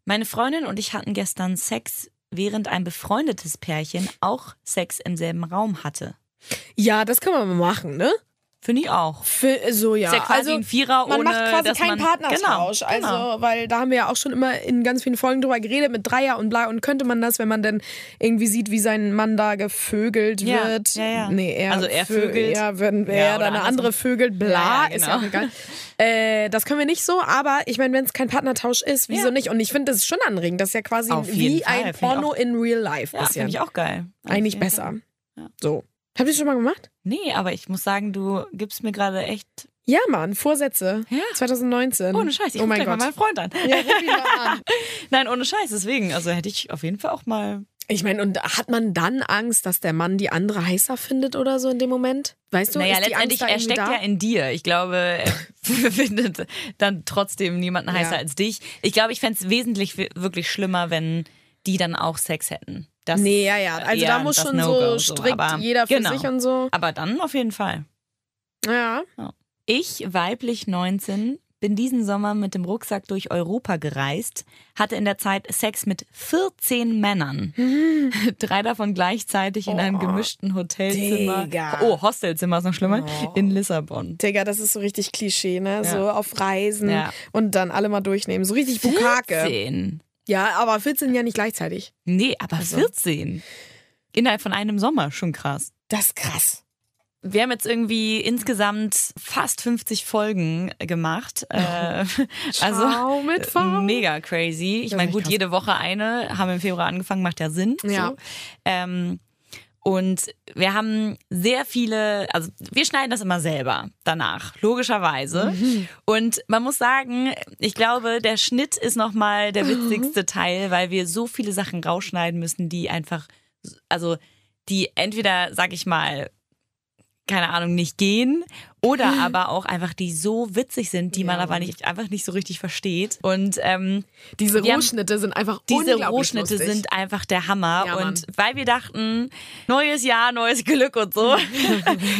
B: Meine Freundin und ich hatten gestern Sex, während ein befreundetes Pärchen auch Sex im selben Raum hatte.
C: Ja, das kann man mal machen, ne?
B: Finde ich auch.
C: Für, so, ja.
B: Ist ja quasi
C: also,
B: ein Vierer
C: man
B: ohne,
C: macht quasi
B: dass
C: keinen
B: man-
C: Partnertausch.
B: Genau,
C: also,
B: genau.
C: weil da haben wir ja auch schon immer in ganz vielen Folgen drüber geredet mit Dreier und bla. Und könnte man das, wenn man denn irgendwie sieht, wie sein Mann da gevögelt
B: Ja,
C: wird?
B: ja, ja.
C: Nee, er
B: Also er
C: vö-
B: vögelt.
C: Ja, wenn er
B: Ja, oder
C: dann eine andere
B: andersrum.
C: vögelt, bla,
B: Ja, ja,
C: ist ja auch
B: genau.
C: egal. äh, das können wir nicht so, aber ich meine, wenn es kein Partnertausch ist, wieso
B: Ja.
C: nicht? Und ich finde, das ist schon anregend. Das ist ja quasi
B: Auf jeden
C: wie
B: Fall,
C: ein
B: finde ich auch.
C: Porno in real life.
B: Ja,
C: bisschen.
B: finde ich auch geil.
C: Eigentlich
B: Ja.
C: besser. So. Habt ihr das schon mal gemacht?
B: Nee, aber ich muss sagen, du gibst mir gerade echt.
C: Ja, Mann, Vorsätze.
B: Ja.
C: 2019.
B: Ohne Scheiß, ich
C: oh
B: ruf
C: mein
B: gleich
C: Gott.
B: mal meinen Freund an.
C: Ja, ruf ihn mal an.
B: Nein, ohne Scheiß, deswegen. Also hätte ich auf jeden Fall auch mal.
C: Ich meine, und hat man dann Angst, dass der Mann die andere heißer findet oder so in dem Moment? Weißt du,
B: naja,
C: ist die Angst
B: letztendlich,
C: da
B: er
C: irgendwie
B: steckt
C: da?
B: ja in dir. Ich glaube, er findet dann trotzdem niemanden heißer
C: Ja.
B: als dich. Ich glaube, ich fände es wesentlich wi- wirklich schlimmer, wenn die dann auch Sex hätten. Das
C: Nee, ja, ja. Also
B: eher
C: da muss
B: das
C: schon
B: No-Go,
C: so strikt
B: aber-
C: jeder für
B: genau.
C: sich und so.
B: Aber dann auf jeden Fall.
C: Ja.
B: Ich, weiblich 19, bin diesen Sommer mit dem Rucksack durch Europa gereist, hatte in der Zeit Sex mit 14 Männern. Drei davon gleichzeitig in einem gemischten Hotelzimmer.
C: Oh, Digga.
B: Oh, Hostelzimmer ist noch schlimmer.
C: Oh.
B: In Lissabon.
C: Digga, das ist so richtig Klischee, ne? So auf Reisen
B: Ja.
C: und dann alle mal durchnehmen. So richtig Bukake.
B: 14.
C: Ja, aber 14 ja nicht gleichzeitig.
B: Nee, aber
C: Also.
B: 14. Innerhalb von einem Sommer, schon krass.
C: Das ist krass.
B: Wir haben jetzt irgendwie insgesamt fast 50 Folgen gemacht. Äh,
C: Ciao
B: also
C: mit V.
B: mega crazy. Ich
C: Das ist
B: meine,
C: echt
B: gut,
C: krass.
B: jede Woche eine, haben wir im Februar angefangen, macht ja Sinn.
C: Ja.
B: So. Ähm, und wir haben sehr viele, also wir schneiden das immer selber danach, logischerweise. Und man muss sagen, ich glaube, der Schnitt ist nochmal der witzigste Teil, weil wir so viele Sachen rausschneiden müssen, die einfach, also die entweder, sag ich mal, keine Ahnung, nicht gehen oder aber auch einfach, die so witzig sind, die man aber nicht, einfach nicht so richtig versteht. Und ähm,
C: Diese
B: Wir haben-
C: Rohschnitte sind einfach
B: diese
C: unglaublich
B: Rohschnitte
C: lustig.
B: sind einfach der Hammer.
C: Ja, Mann.
B: und weil wir dachten, neues Jahr, neues Glück und so,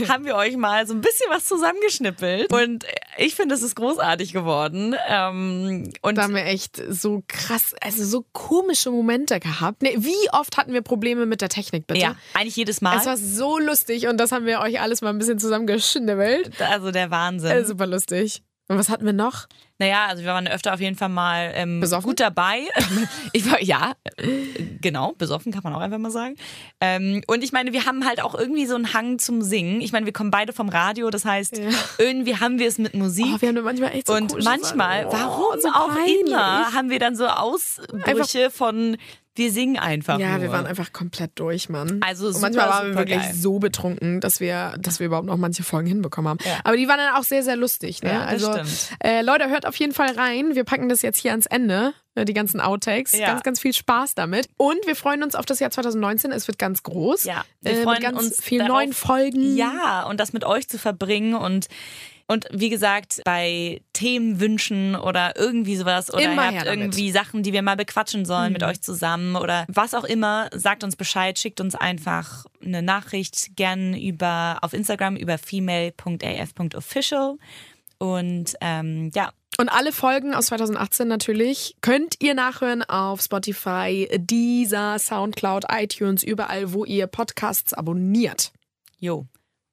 B: haben wir euch mal so ein bisschen was zusammengeschnippelt. Und ich finde, es ist großartig geworden. Ähm, und
C: da haben wir echt so krass, also so komische Momente gehabt. Nee, wie oft hatten wir Probleme mit der Technik, bitte?
B: ja, eigentlich jedes Mal.
C: Es war so lustig und das haben wir euch alles mal ein bisschen zusammengeschnibbelt.
B: also der Wahnsinn.
C: Äh, super lustig. Und was hatten wir noch? Oh,
B: Naja, also wir waren öfter auf jeden Fall mal ähm,
C: Besoffen?
B: gut dabei. ich war, ja, äh, genau, besoffen kann man auch einfach mal sagen. Ähm, und ich meine, wir haben halt auch irgendwie so einen Hang zum Singen. Ich meine, wir kommen beide vom Radio, das heißt,
C: Ja.
B: irgendwie haben wir es mit Musik.
C: Oh, wir haben manchmal echt so
B: und
C: komische
B: manchmal,
C: Sachen. Oh,
B: warum
C: so
B: auch
C: peinlich.
B: immer, haben wir dann so Ausbrüche von wir singen einfach.
C: Ja,
B: nur.
C: wir waren einfach komplett durch, Mann.
B: Also
C: und
B: super,
C: manchmal waren wir
B: super
C: wirklich
B: geil.
C: so betrunken, dass wir, dass wir überhaupt noch manche Folgen hinbekommen haben.
B: Ja.
C: Aber die waren dann auch sehr, sehr lustig. Ne?
B: Ja, das
C: also
B: stimmt.
C: äh, Leute, hört auf jeden Fall rein. Wir packen das jetzt hier ans Ende, ne, die ganzen Outtakes.
B: Ja.
C: Ganz, ganz viel Spaß damit. Und wir freuen uns auf das Jahr 2019. Es wird ganz groß.
B: Ja, wir
C: äh,
B: freuen
C: mit ganz
B: uns
C: vielen
B: darauf-
C: neuen Folgen.
B: Ja, und das mit euch zu verbringen und und wie gesagt, bei Themenwünschen oder irgendwie sowas oder
C: Immer
B: ihr
C: her
B: habt
C: damit. Mhm.
B: irgendwie Sachen, die wir mal bequatschen sollen mit euch zusammen oder was auch immer, sagt uns Bescheid, schickt uns einfach eine Nachricht gern über auf Instagram über female.af.official und ähm, ja,
C: Und alle Folgen aus 2018 natürlich könnt ihr nachhören auf Spotify, Deezer, Soundcloud, iTunes, überall, wo ihr Podcasts abonniert.
B: jo.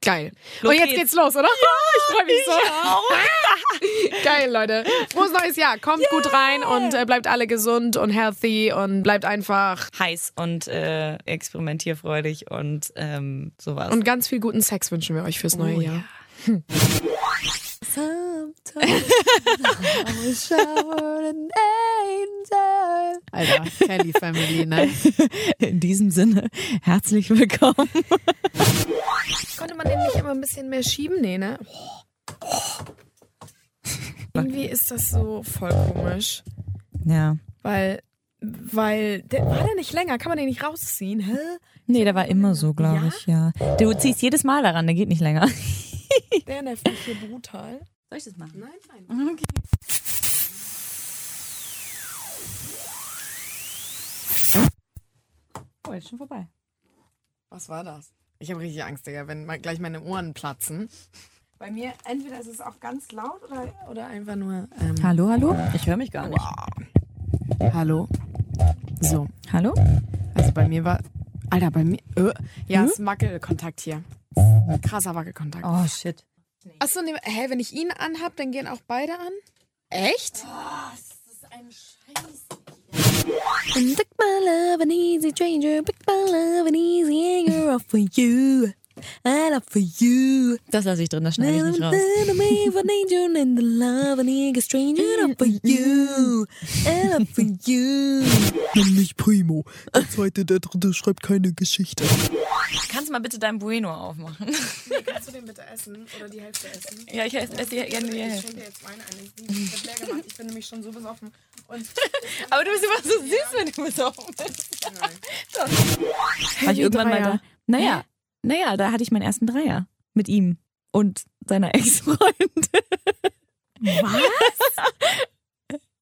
C: Geil.
B: Los
C: Und jetzt
B: geht's.
C: geht's los, oder? ich freue mich so. Geil, Leute. Frohes neues Jahr. Kommt gut rein und äh, bleibt alle gesund und healthy und bleibt einfach
B: heiß und äh, experimentierfreudig und ähm, sowas.
C: und ganz viel guten Sex wünschen wir euch fürs neue Jahr. Alter, Kelly Family, ne?
B: in diesem Sinne, herzlich willkommen.
C: Konnte man den nicht immer ein bisschen mehr schieben? Nee, ne? Irgendwie ist das so voll komisch.
B: Ja.
C: Weil, weil, der, war der nicht länger? Kann man den nicht rausziehen? Hä?
B: Nee, der war immer so, glaube
C: Ja?
B: ich, ja. Du ziehst jedes Mal daran, der geht nicht länger. Soll
C: Der nervt mich hier brutal.
B: ich das machen?
C: Nein, nein.
B: Oh, jetzt schon vorbei.
C: Was war das? Ich habe richtig Angst, Digga, wenn mal gleich meine Ohren platzen. Bei mir, entweder ist es auch ganz laut oder, oder einfach nur. Ähm,
B: Hallo, hallo? Ich höre mich gar nicht.
C: Hallo. So,
B: Hallo?
C: also bei mir war. Alter, bei mir. Äh, ja, es ist Wackelkontakt hier. Krasser Wackelkontakt.
B: Hm? Oh, shit.
C: Achso, nee, hä, wenn ich ihn anhab, dann gehen auch beide an? Echt?
A: Pick my love an easy stranger, pick my love an easy anger off for you. And up for you.
B: Das lasse ich drin, das schneide ich nicht raus.
D: Nämlich Primo. Der zweite, der dritte schreibt keine Geschichte.
B: Kannst du mal bitte dein Bueno aufmachen?
C: Kannst du den bitte essen oder die Hälfte essen?
B: ja, ich esse esse hier gerne die Hälfte.
C: dir jetzt Wein ein. Ich bin nämlich schon so besoffen. Und
B: Aber du bist immer so süß, wenn du besoffen bist. War ich
C: wie
B: irgendwann mal
C: Dreier?
B: da? Naja, naja, da hatte ich meinen ersten Dreier mit ihm und seiner Ex-Freundin.
C: was?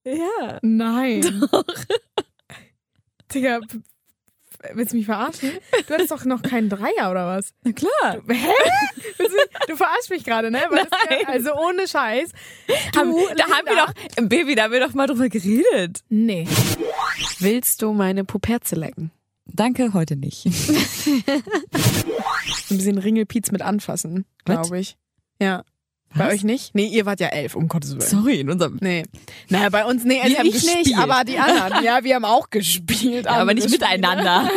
B: Ja.
C: Nein. Doch. Digga, p- p- willst du mich verarschen? Du hattest doch noch keinen Dreier oder was?
B: Na klar.
C: Hä? Willst Du, du verarschst mich gerade, ne? Weil das ist ja- also ohne Scheiß. Du,
B: Haben, da haben wir
C: Linda-
B: doch, im Baby, da haben wir doch mal drüber geredet.
C: Nee. Willst du meine Puperze lecken?
B: Danke, heute nicht.
C: Ein bisschen Ringelpiez mit anfassen,
B: Was?
C: glaube ich. Ja. Bei
B: Was?
C: euch nicht? Nee, ihr wart ja elf, um Gottes Willen.
B: Sorry, in unserem.
C: Nee. Naja, bei uns, nee, also
B: haben
C: ich nicht,
B: gespielt.
C: aber die anderen. Ja, wir haben auch gespielt.
B: Ja, aber
C: andere
B: nicht
C: Spiele.
B: miteinander.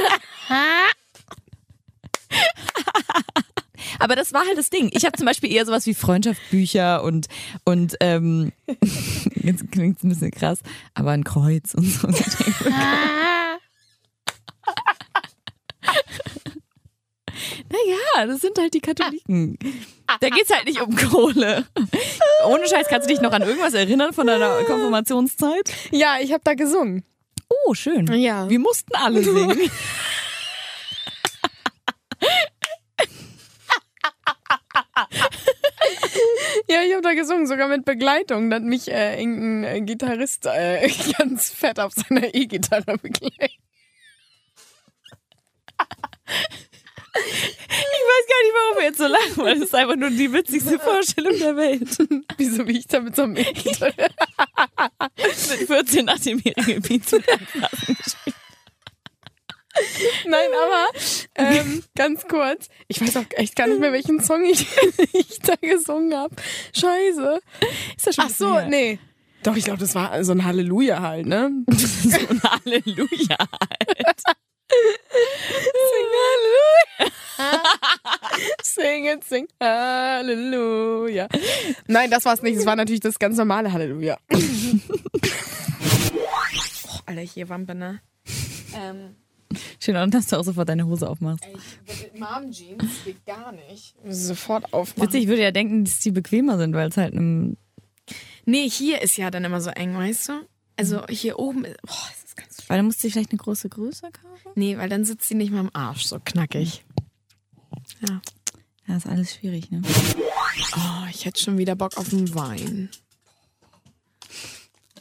B: aber das war halt das Ding. Ich habe zum Beispiel eher sowas wie Freundschaftsbücher und und ähm, jetzt klingt's ein bisschen krass, aber ein Kreuz und so. naja, das sind halt die Katholiken. Da geht's halt nicht um Kohle. Ohne Scheiß kannst du dich noch an irgendwas erinnern von deiner Konfirmationszeit?
C: Ja, ich habe da gesungen.
B: Oh, schön.
C: Ja.
B: Wir mussten alle singen.
C: Ja, ich habe da gesungen, sogar mit Begleitung. Da hat mich äh, irgendein äh, Gitarrist äh, ganz fett auf seiner E-Gitarre begleitet.
B: Ich weiß gar nicht, warum wir jetzt so lachen, weil das ist einfach nur die witzigste Vorstellung der Welt.
C: Wieso wie ich da mit so einem E-Gitarre?
B: Mit 14 nach dem jährigen Pizza.
C: Nein, aber ähm, ganz kurz. Ich weiß auch echt gar nicht mehr, welchen Song ich, ich da gesungen habe. Scheiße.
B: Ist das schon
C: Ach so, nee. Doch, ich glaube, das war so ein Halleluja halt, ne?
B: So ein Halleluja.
C: halt. Sing it, sing Halleluja. Nein, das war's nicht. Es war natürlich das ganz normale Halleluja. Och, Oh, Alter, hier Wampe, ne?
B: Schön, und dass du auch sofort deine Hose aufmachst.
C: Mom Jeans geht gar nicht. Sofort aufmachen.
B: Witzig, ich würde ja denken, dass die bequemer sind, weil es halt einem.
C: Nee, hier ist ja dann immer so eng, weißt du? Also hier oben, ist- boah, das ist ganz
B: Weil dann musst du dir vielleicht eine große Größe kaufen.
C: Nee, weil dann sitzt sie nicht mal im Arsch, so knackig.
B: Ja, ist alles schwierig, ne?
C: Oh, ich hätte schon wieder Bock auf einen Wein.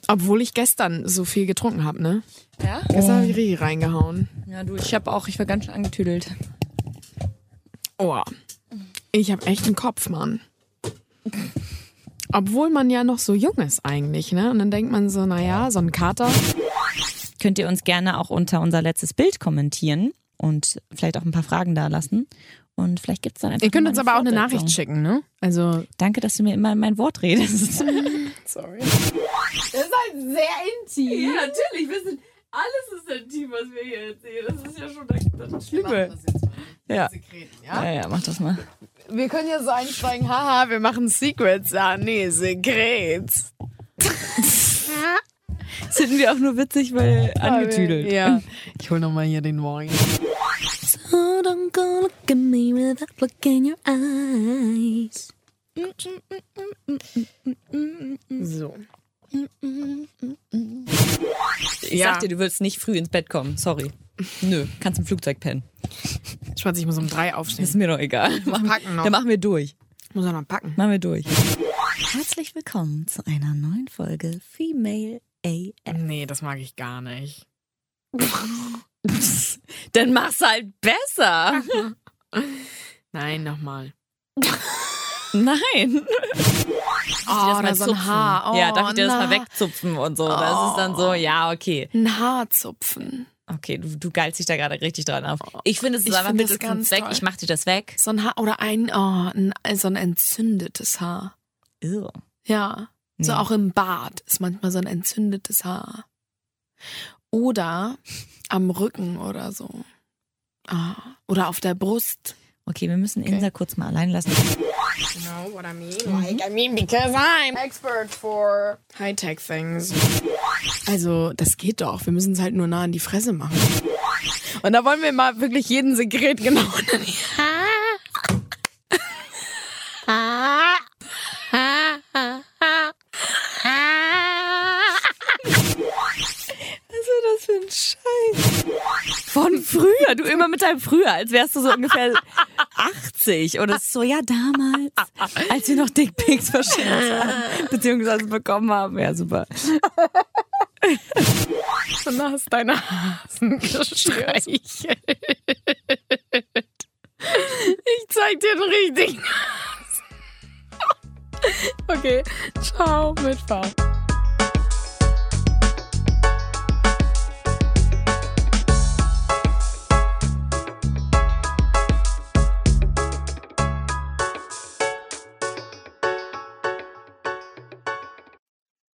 C: Obwohl ich gestern so viel getrunken habe, ne?
B: Ja?
C: Gestern habe ich richtig reingehauen.
B: Ja, du, ich habe auch, ich war ganz schön angetüdelt.
C: Oh. Ich habe echt einen Kopf, Mann. Obwohl man ja noch so jung ist eigentlich, ne? Und dann denkt man so, naja, so ein Kater.
B: Könnt ihr uns gerne auch unter unser letztes Bild kommentieren und vielleicht auch ein paar Fragen da lassen. Und vielleicht gibt's dann einfach.
C: Ihr könnt
B: mal
C: uns aber auch eine
B: Fortsetzung.
C: Nachricht schicken, ne? Also.
B: Danke, dass du mir immer mein Wort redest.
C: Sorry. Das ist halt sehr intim.
B: Ja, natürlich. Wir sind, alles ist intim, was wir hier erzählen. Das ist ja schon das, das Schlimme. Ja. ja, ja, mach das mal.
C: Wir können ja so einsteigen, haha, wir machen Secrets. Ah, nee, Secrets.
B: Das finden wir auch nur witzig, weil angetüdelt.
C: Ja. Ich hol nochmal hier den Wein.
A: So don't go look at me with that look in your eyes.
C: So.
B: Mhm. Ich sag dir, du willst nicht früh ins Bett kommen. Sorry. Nö, kannst im Flugzeug pennen.
C: Schwarz, ich muss um drei
B: Ist
C: aufstehen.
B: mir doch egal. Machen,
C: packen noch.
B: Dann machen wir durch.
C: Ich muss auch noch packen.
B: Machen wir durch.
A: Herzlich willkommen zu einer neuen Folge Female A.
C: Nee, das mag ich gar nicht.
B: Dann mach's halt besser.
C: Nein, nochmal.
B: Nein. Erst
C: Oh,
B: mal
C: oder so ein
B: zupfen.
C: Haar. Oh,
B: ja, darf ich dir das mal
C: na.
B: wegzupfen und so. Das ist dann so, ja, okay.
C: Ein Haar zupfen.
B: Okay, du, du geilst dich da gerade richtig dran auf. Ich finde, es ist
E: Ich
B: einfach
E: finde
B: bitte
E: das ganz
B: weg.
E: toll.
B: Ich mach dir das weg.
E: So ein Haar oder ein, oh, ein, so ein entzündetes Haar.
B: Ew.
E: Ja. So
B: Nee.
E: auch im Bart ist manchmal so ein entzündetes Haar. Oder am Rücken oder so. Ah, oder auf der Brust.
B: Okay, wir müssen Insa kurz mal allein lassen.
C: You know Genau, what I mean? Like, I mean, because I'm expert for high-tech things. Also, das geht doch. Wir müssen es halt nur nah an die Fresse machen. Und da wollen wir mal wirklich jeden Sekret genau.
B: Was für ein Scheiß. Von früher, du immer mit deinem früher, als wärst du so ungefähr 80 oder so, ja, damals, als wir noch Dickpics verschickt haben, beziehungsweise bekommen haben. Ja, super.
C: Und da hast deine Hasen gestreichelt. Ich zeig dir den richtigen Hasen. Okay, ciao mit V.